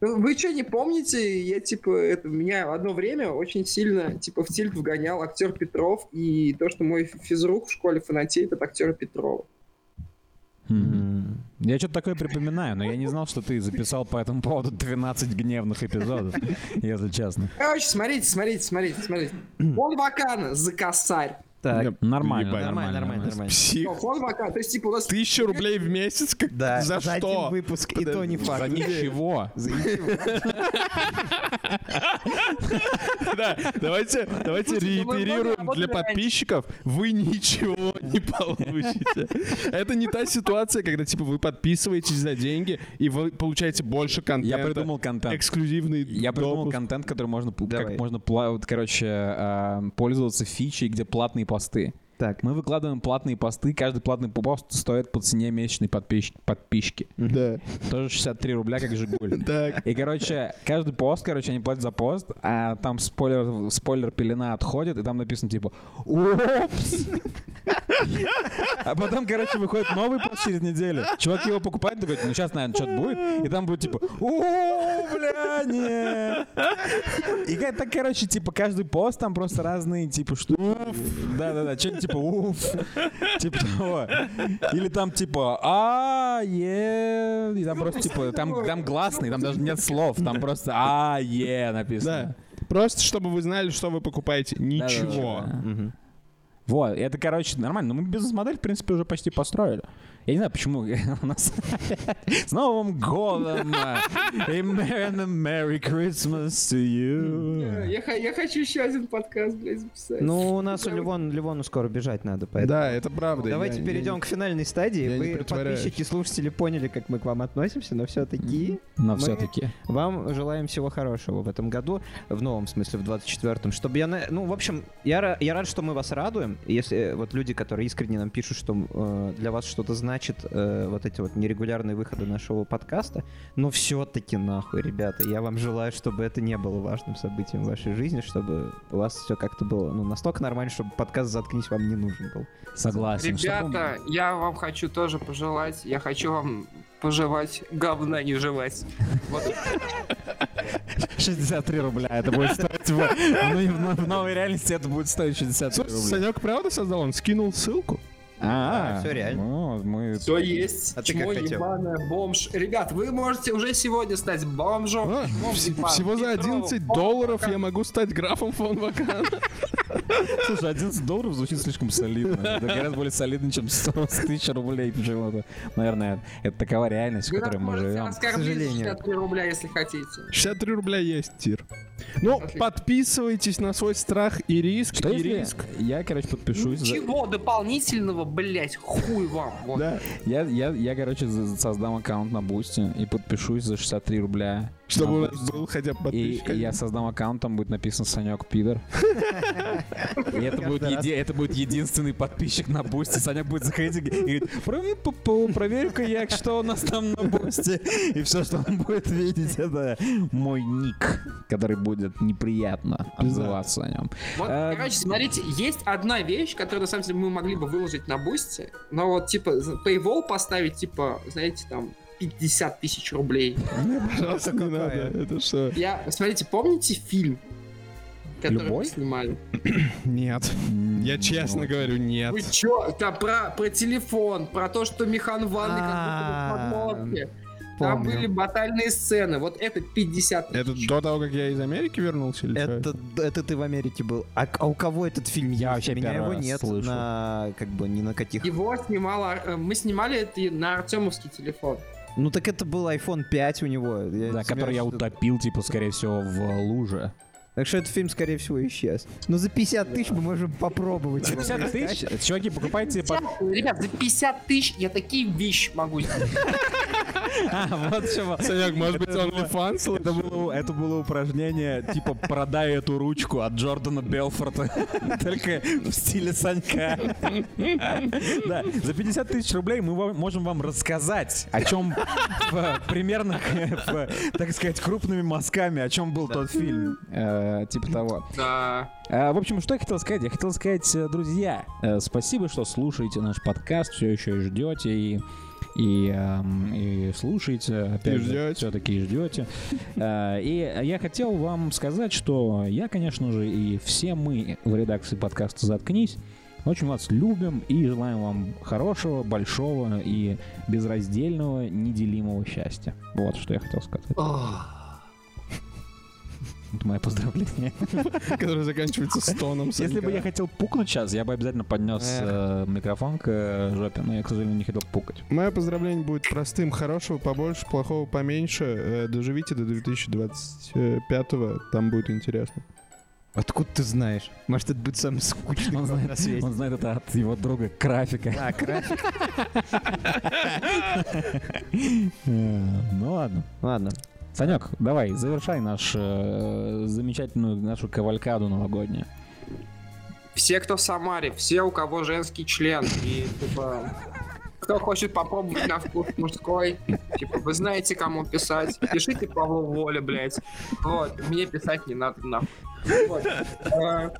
[SPEAKER 5] Вы что, не помните? Я, типа, это, меня одно время очень сильно, типа, в тильт вгонял актер Петров, и то, что мой физрук в школе фанатеет от актера Петрова.
[SPEAKER 2] М.
[SPEAKER 6] Я что-то такое припоминаю, но я не знал, что ты записал по этому поводу 12 гневных эпизодов, если честно.
[SPEAKER 5] Короче, смотрите, смотрите, смотрите, смотрите. Фон Вакана за косарь.
[SPEAKER 2] Так.
[SPEAKER 6] Нормально,
[SPEAKER 1] Ебать.
[SPEAKER 6] нормально, нормально.
[SPEAKER 1] Псих.
[SPEAKER 5] Ну, Фон Вакана, то есть, типа, у нас...
[SPEAKER 1] Тысяча рублей в месяц? Как-
[SPEAKER 2] Да,
[SPEAKER 1] За
[SPEAKER 2] за один
[SPEAKER 1] что?
[SPEAKER 2] выпуск, и то не
[SPEAKER 6] За
[SPEAKER 2] факт.
[SPEAKER 6] ничего.
[SPEAKER 2] За ничего.
[SPEAKER 1] Да, давайте, давайте
[SPEAKER 5] Слушайте, ну,
[SPEAKER 1] реитерируем
[SPEAKER 5] ладно,
[SPEAKER 1] для
[SPEAKER 5] работали
[SPEAKER 1] подписчиков. Вы ничего не получите. Это не та ситуация, когда типа вы подписываетесь за деньги и вы получаете больше контента.
[SPEAKER 6] Я придумал контент.
[SPEAKER 1] Эксклюзивный
[SPEAKER 6] Я придумал
[SPEAKER 1] допуск.
[SPEAKER 6] контент, который можно, пу-
[SPEAKER 2] Давай.
[SPEAKER 6] как можно пла- вот, короче, а, пользоваться фичей, где платные посты.
[SPEAKER 2] Так.
[SPEAKER 6] Мы выкладываем платные посты, каждый платный пост стоит по цене месячной подписч- подписчики.
[SPEAKER 1] Да.
[SPEAKER 6] Тоже 63 рубля, как Жигуль.
[SPEAKER 1] Так.
[SPEAKER 6] И, короче, каждый пост, короче, они платят за пост, а там спойлер, спойлер пелена отходит, и там написано типа «Упс!» А потом, короче, выходит новый пост через неделю. Чувак его покупает, такой, ну сейчас, наверное, что-то будет. И там будет типа «О, бля, нет!» И как- так, короче, типа каждый пост там просто разные, типа, что... Да-да-да, что-нибудь типа «Уф!» Типа того. Или там типа а е И там просто типа, там, там гласный, там даже нет слов, там просто а е
[SPEAKER 1] Да.
[SPEAKER 6] написано.
[SPEAKER 1] Просто чтобы вы знали, что вы покупаете. Ничего.
[SPEAKER 6] Ну, Да-да-да. Вот, это, короче, нормально. Но мы бизнес-модель, в принципе, уже почти построили. Я не знаю, почему у нас... С Новым годом! Amen, Merry Christmas to you!
[SPEAKER 8] Я, ха- я хочу еще один подкаст, блядь, записать.
[SPEAKER 2] Ну, у нас у Ливон, Ливону скоро бежать надо, поэтому...
[SPEAKER 1] Ну Да, это правда.
[SPEAKER 2] Давайте
[SPEAKER 1] я-
[SPEAKER 2] перейдем к финальной стадии.
[SPEAKER 1] я не
[SPEAKER 2] Вы,
[SPEAKER 1] притворяюсь.
[SPEAKER 2] подписчики, слушатели, поняли, как мы к вам относимся, но все-таки
[SPEAKER 6] Но
[SPEAKER 2] Мы-
[SPEAKER 6] все-таки.
[SPEAKER 2] вам желаем всего хорошего в этом году, в новом смысле, в 24-м. Чтобы я... на- Ну, в общем, я, ра- я рад, что мы вас радуем. Если э, вот люди, которые искренне нам пишут, что э, для вас что-то значит, э, вот эти вот нерегулярные выходы нашего подкаста, но все-таки нахуй, ребята, я вам желаю, чтобы это не было важным событием в вашей жизни, чтобы у вас все как-то было ну, настолько нормально, чтобы подкаст «Заткнись» вам не нужен был.
[SPEAKER 6] Согласен.
[SPEAKER 5] Ребята, я вам хочу тоже пожелать. Я хочу вам пожелать говна не жевать. Вот.
[SPEAKER 6] 63 рубля. Это будет стоить... в- ну, и в но- в новой реальности это будет стоить 63
[SPEAKER 1] Слушай,
[SPEAKER 6] рубля.
[SPEAKER 1] Санек правда создал? Он скинул ссылку?
[SPEAKER 6] А,
[SPEAKER 2] Да, всё реально.
[SPEAKER 6] ну, мы...
[SPEAKER 8] Все есть.
[SPEAKER 2] А ты
[SPEAKER 8] Чмо
[SPEAKER 2] как хотел?
[SPEAKER 8] ебаное, бомж. Ребят, вы можете уже сегодня стать бомжом.
[SPEAKER 1] А,
[SPEAKER 8] Бомж,
[SPEAKER 1] вс-
[SPEAKER 8] Иван,
[SPEAKER 1] Всего за
[SPEAKER 8] Петров.
[SPEAKER 1] 11 долларов я могу стать графом фон Вакана.
[SPEAKER 6] Слушай, 11 долларов звучит слишком солидно. Это гораздо более солидно, чем 100 тысяч рублей почему-то. Наверное, это такова реальность, в
[SPEAKER 5] Вы нас
[SPEAKER 6] которой мы
[SPEAKER 5] можете
[SPEAKER 6] живем.
[SPEAKER 5] оскорбить за
[SPEAKER 2] сожалению.
[SPEAKER 5] 63 рубля, если хотите.
[SPEAKER 1] 63 рубля есть тир. Ну,
[SPEAKER 5] Отлично.
[SPEAKER 1] подписывайтесь на свой страх и риск.
[SPEAKER 6] Что
[SPEAKER 1] и
[SPEAKER 6] если
[SPEAKER 1] риск.
[SPEAKER 6] я, короче, подпишусь за...
[SPEAKER 5] Чего дополнительного, блять, хуй вам. Вот.
[SPEAKER 1] Да.
[SPEAKER 6] Я, я, я, короче, за- создам аккаунт на Бусти и подпишусь за 63 рубля.
[SPEAKER 1] Чтобы у
[SPEAKER 6] на
[SPEAKER 1] нас
[SPEAKER 6] Boosty.
[SPEAKER 1] был хотя бы
[SPEAKER 6] И,
[SPEAKER 1] подписчик.
[SPEAKER 6] и я создам аккаунт, там будет написано Санек Пидор. И это будет, еди- это будет единственный подписчик на Бусти. Санек будет заходить и говорит, «Прови- по- по- проверю-ка я, что у нас там на Бусти. И все, что он будет видеть, это мой ник, который будет неприятно отзываться о нем.
[SPEAKER 5] Вот,
[SPEAKER 2] А,
[SPEAKER 6] Э,
[SPEAKER 5] короче, смотрите, есть одна вещь, которую, на самом деле, мы могли бы выложить на бусте, но вот, типа, за- paywall поставить, типа, знаете, там, 50 тысяч рублей.
[SPEAKER 1] Пожалуйста, не надо. Это что?
[SPEAKER 5] Я, смотрите, помните фильм, который
[SPEAKER 6] Любой?
[SPEAKER 5] мы снимали?
[SPEAKER 1] Нет. Я
[SPEAKER 6] Ну,
[SPEAKER 1] честно говорю, нет.
[SPEAKER 5] Вы чё? Там про, про телефон, про то, что механ в ванной
[SPEAKER 1] А,
[SPEAKER 5] как будто бы в подмолке. Там
[SPEAKER 2] помню.
[SPEAKER 5] были батальные сцены. Вот это 50
[SPEAKER 1] Это
[SPEAKER 5] тысяч.
[SPEAKER 1] до того, как я из Америки вернулся или что?
[SPEAKER 2] Это, это ты в Америке был. А, к- а у кого этот фильм?
[SPEAKER 6] Я
[SPEAKER 2] есть?
[SPEAKER 6] вообще
[SPEAKER 2] У меня
[SPEAKER 6] первый
[SPEAKER 2] его
[SPEAKER 6] раз
[SPEAKER 2] нет
[SPEAKER 6] слышу.
[SPEAKER 2] на как бы ни на каких.
[SPEAKER 5] Его снимала... э, Мы снимали это и на артемовский телефон.
[SPEAKER 2] Ну так это был iPhone 5 у него. Я
[SPEAKER 6] Да,
[SPEAKER 2] не
[SPEAKER 6] который
[SPEAKER 2] сомневаюсь,
[SPEAKER 6] я
[SPEAKER 2] что-
[SPEAKER 6] утопил, типа, скорее всего, в луже.
[SPEAKER 2] Так что этот фильм, скорее всего, исчез. Но за 50 тысяч мы можем попробовать. его.
[SPEAKER 6] 50 тысяч? Чуваки, покупайте... под-
[SPEAKER 5] Ребят, за 50 тысяч я такие вещи могу сделать.
[SPEAKER 6] А, вот чего.
[SPEAKER 1] Санек, может быть, он не фан
[SPEAKER 3] Это было, это было упражнение, типа, продай эту ручку от Джордана Белфорта. Только в стиле Санька.
[SPEAKER 6] Да, за 50 тысяч рублей мы вам- можем вам рассказать, о чем в- примерно, в, так сказать, крупными мазками, о чем был тот фильм. Э, Типа того.
[SPEAKER 5] Да.
[SPEAKER 6] Э, В общем, что я хотел сказать? Я хотел сказать, э, друзья, э, спасибо, что слушаете наш подкаст, все еще и ждете и и, эм, и слушаете, опять
[SPEAKER 1] ждете.
[SPEAKER 6] все-таки ждете. Э, И я хотел вам сказать, что я, конечно же, и все мы в редакции подкаста «Заткнись» очень вас любим и желаем вам хорошего, большого и безраздельного, неделимого счастья. Вот что я хотел сказать. Это мое поздравление.
[SPEAKER 1] который заканчивается стоном
[SPEAKER 6] Если
[SPEAKER 1] Санька.
[SPEAKER 6] бы я хотел пукнуть сейчас, я бы обязательно поднес э, микрофон к э, жопе, но я, к сожалению, не хотел пукать.
[SPEAKER 1] Мое поздравление будет простым. Хорошего побольше, плохого поменьше. Э, Доживите до 2025-го. Там будет интересно.
[SPEAKER 2] Откуда ты знаешь? Может, это будет самый скучный
[SPEAKER 6] Он
[SPEAKER 2] год
[SPEAKER 6] знает.
[SPEAKER 2] на свете.
[SPEAKER 6] Он знает это от его друга Крафика.
[SPEAKER 2] Да, кра-
[SPEAKER 6] Ну ладно.
[SPEAKER 2] Ладно.
[SPEAKER 6] Санек, давай, завершай наш э, замечательную нашу кавалькаду новогоднюю.
[SPEAKER 5] Все, кто в Самаре, все, у кого женский член. И, типа, кто хочет попробовать на вкус мужской, типа, вы знаете, кому писать. Пишите Павлу Воле, блядь. Вот, мне писать не надо, нахуй. Вот. Э,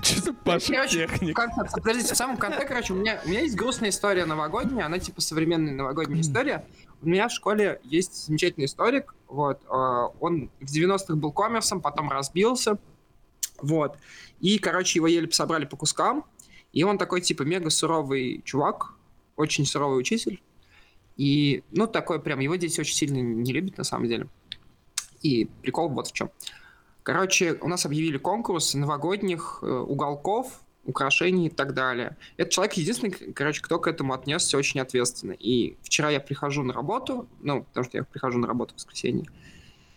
[SPEAKER 1] Чисто Паша
[SPEAKER 5] Короче,
[SPEAKER 1] техник.
[SPEAKER 5] как- подождите, в самом конце, короче, у меня, у меня есть грустная история новогодняя, она типа современная новогодняя история. У меня в школе есть замечательный историк, вот, э, он в 90-х был коммерсом, потом разбился, вот, и, короче, его еле собрали по кускам, и он такой, типа, мега суровый чувак, очень суровый учитель, и, ну, такой прям, его дети очень сильно не любят, на самом деле. И прикол вот в чем. Короче, у нас объявили конкурс новогодних э, уголков украшений и так далее. Этот человек единственный, к- короче, кто к этому отнесся очень ответственно. И вчера я прихожу на работу, ну, потому что я прихожу на работу в воскресенье,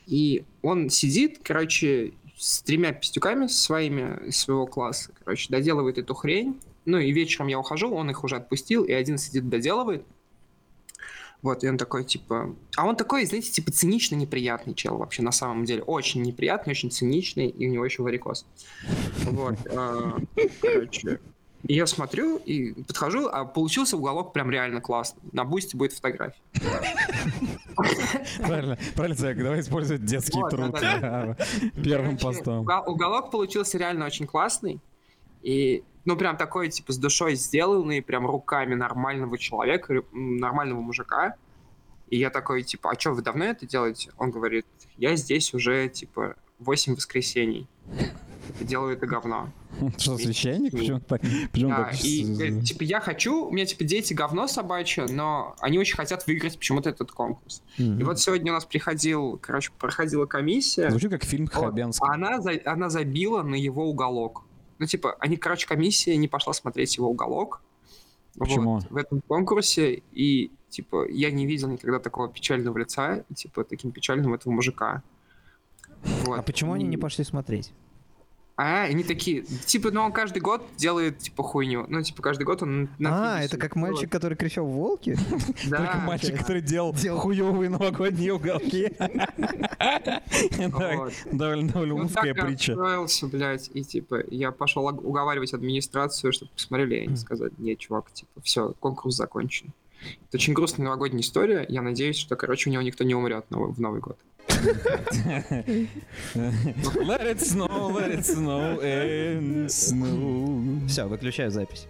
[SPEAKER 5] и он сидит, короче, с тремя пистюками своими из своего класса, короче, доделывает эту хрень. Ну и вечером я ухожу, он их уже отпустил, и один сидит доделывает. Вот, и он такой, типа... А он такой, знаете, типа цинично неприятный чел вообще на самом деле. Очень неприятный, очень циничный, и у него еще варикоз. Вот. а, Короче. И я смотрю и подхожу, а получился уголок прям реально классный. На бусте будет фотография.
[SPEAKER 6] Правильно, правильно, Зак, давай использовать детский
[SPEAKER 5] Вот,
[SPEAKER 6] труд
[SPEAKER 5] да-да.
[SPEAKER 6] да, первым
[SPEAKER 5] Короче,
[SPEAKER 6] постом.
[SPEAKER 5] угол- Уголок получился реально очень классный. И, ну, прям такой, типа, с душой сделанный, прям руками нормального человека, ре- м, нормального мужика. И я такой, типа, а что, вы давно это делаете? Он говорит, я здесь уже, типа, 8 воскресений. Делаю это говно.
[SPEAKER 6] Что, священник? Почему так? Почему
[SPEAKER 5] Да,
[SPEAKER 6] так?
[SPEAKER 5] и, говорит, типа, я хочу, у меня, типа, дети говно собачье, но они очень хотят выиграть почему-то этот конкурс. И вот сегодня у нас приходил, короче, проходила комиссия.
[SPEAKER 6] Звучит как фильм
[SPEAKER 5] э, Вот.
[SPEAKER 6] Хабенского.
[SPEAKER 5] А Она, за- она забила на его уголок. Ну, типа, они, короче, комиссия не пошла смотреть его уголок. Вот,
[SPEAKER 6] Почему?
[SPEAKER 5] в этом конкурсе. И, типа, я не видел никогда такого печального лица, и, типа, таким печальным этого мужика. Вот.
[SPEAKER 2] А почему они не пошли смотреть?
[SPEAKER 5] А, они такие, типа, ну он каждый год делает, типа, хуйню. Ну, типа, каждый год он... на
[SPEAKER 2] а,
[SPEAKER 5] финише
[SPEAKER 2] это как
[SPEAKER 5] делает.
[SPEAKER 2] мальчик, который кричал «Волки»?
[SPEAKER 5] Да,
[SPEAKER 6] Только мальчик,
[SPEAKER 5] да.
[SPEAKER 6] который делал хуёвые новогодние уголки.
[SPEAKER 5] Вот.
[SPEAKER 6] Довольно довольно
[SPEAKER 5] Ну, так
[SPEAKER 6] узкая
[SPEAKER 5] я
[SPEAKER 6] притча.
[SPEAKER 5] расстроился, блядь, и типа я пошел ог- уговаривать администрацию, чтобы посмотрели, и они сказали, нет, чувак, типа, все, конкурс закончен. Это очень грустная новогодняя история, я надеюсь, что, короче, у него никто не умрет в Новый год.
[SPEAKER 6] Let it snow, let it snow and snow.
[SPEAKER 2] Все, выключаю запись.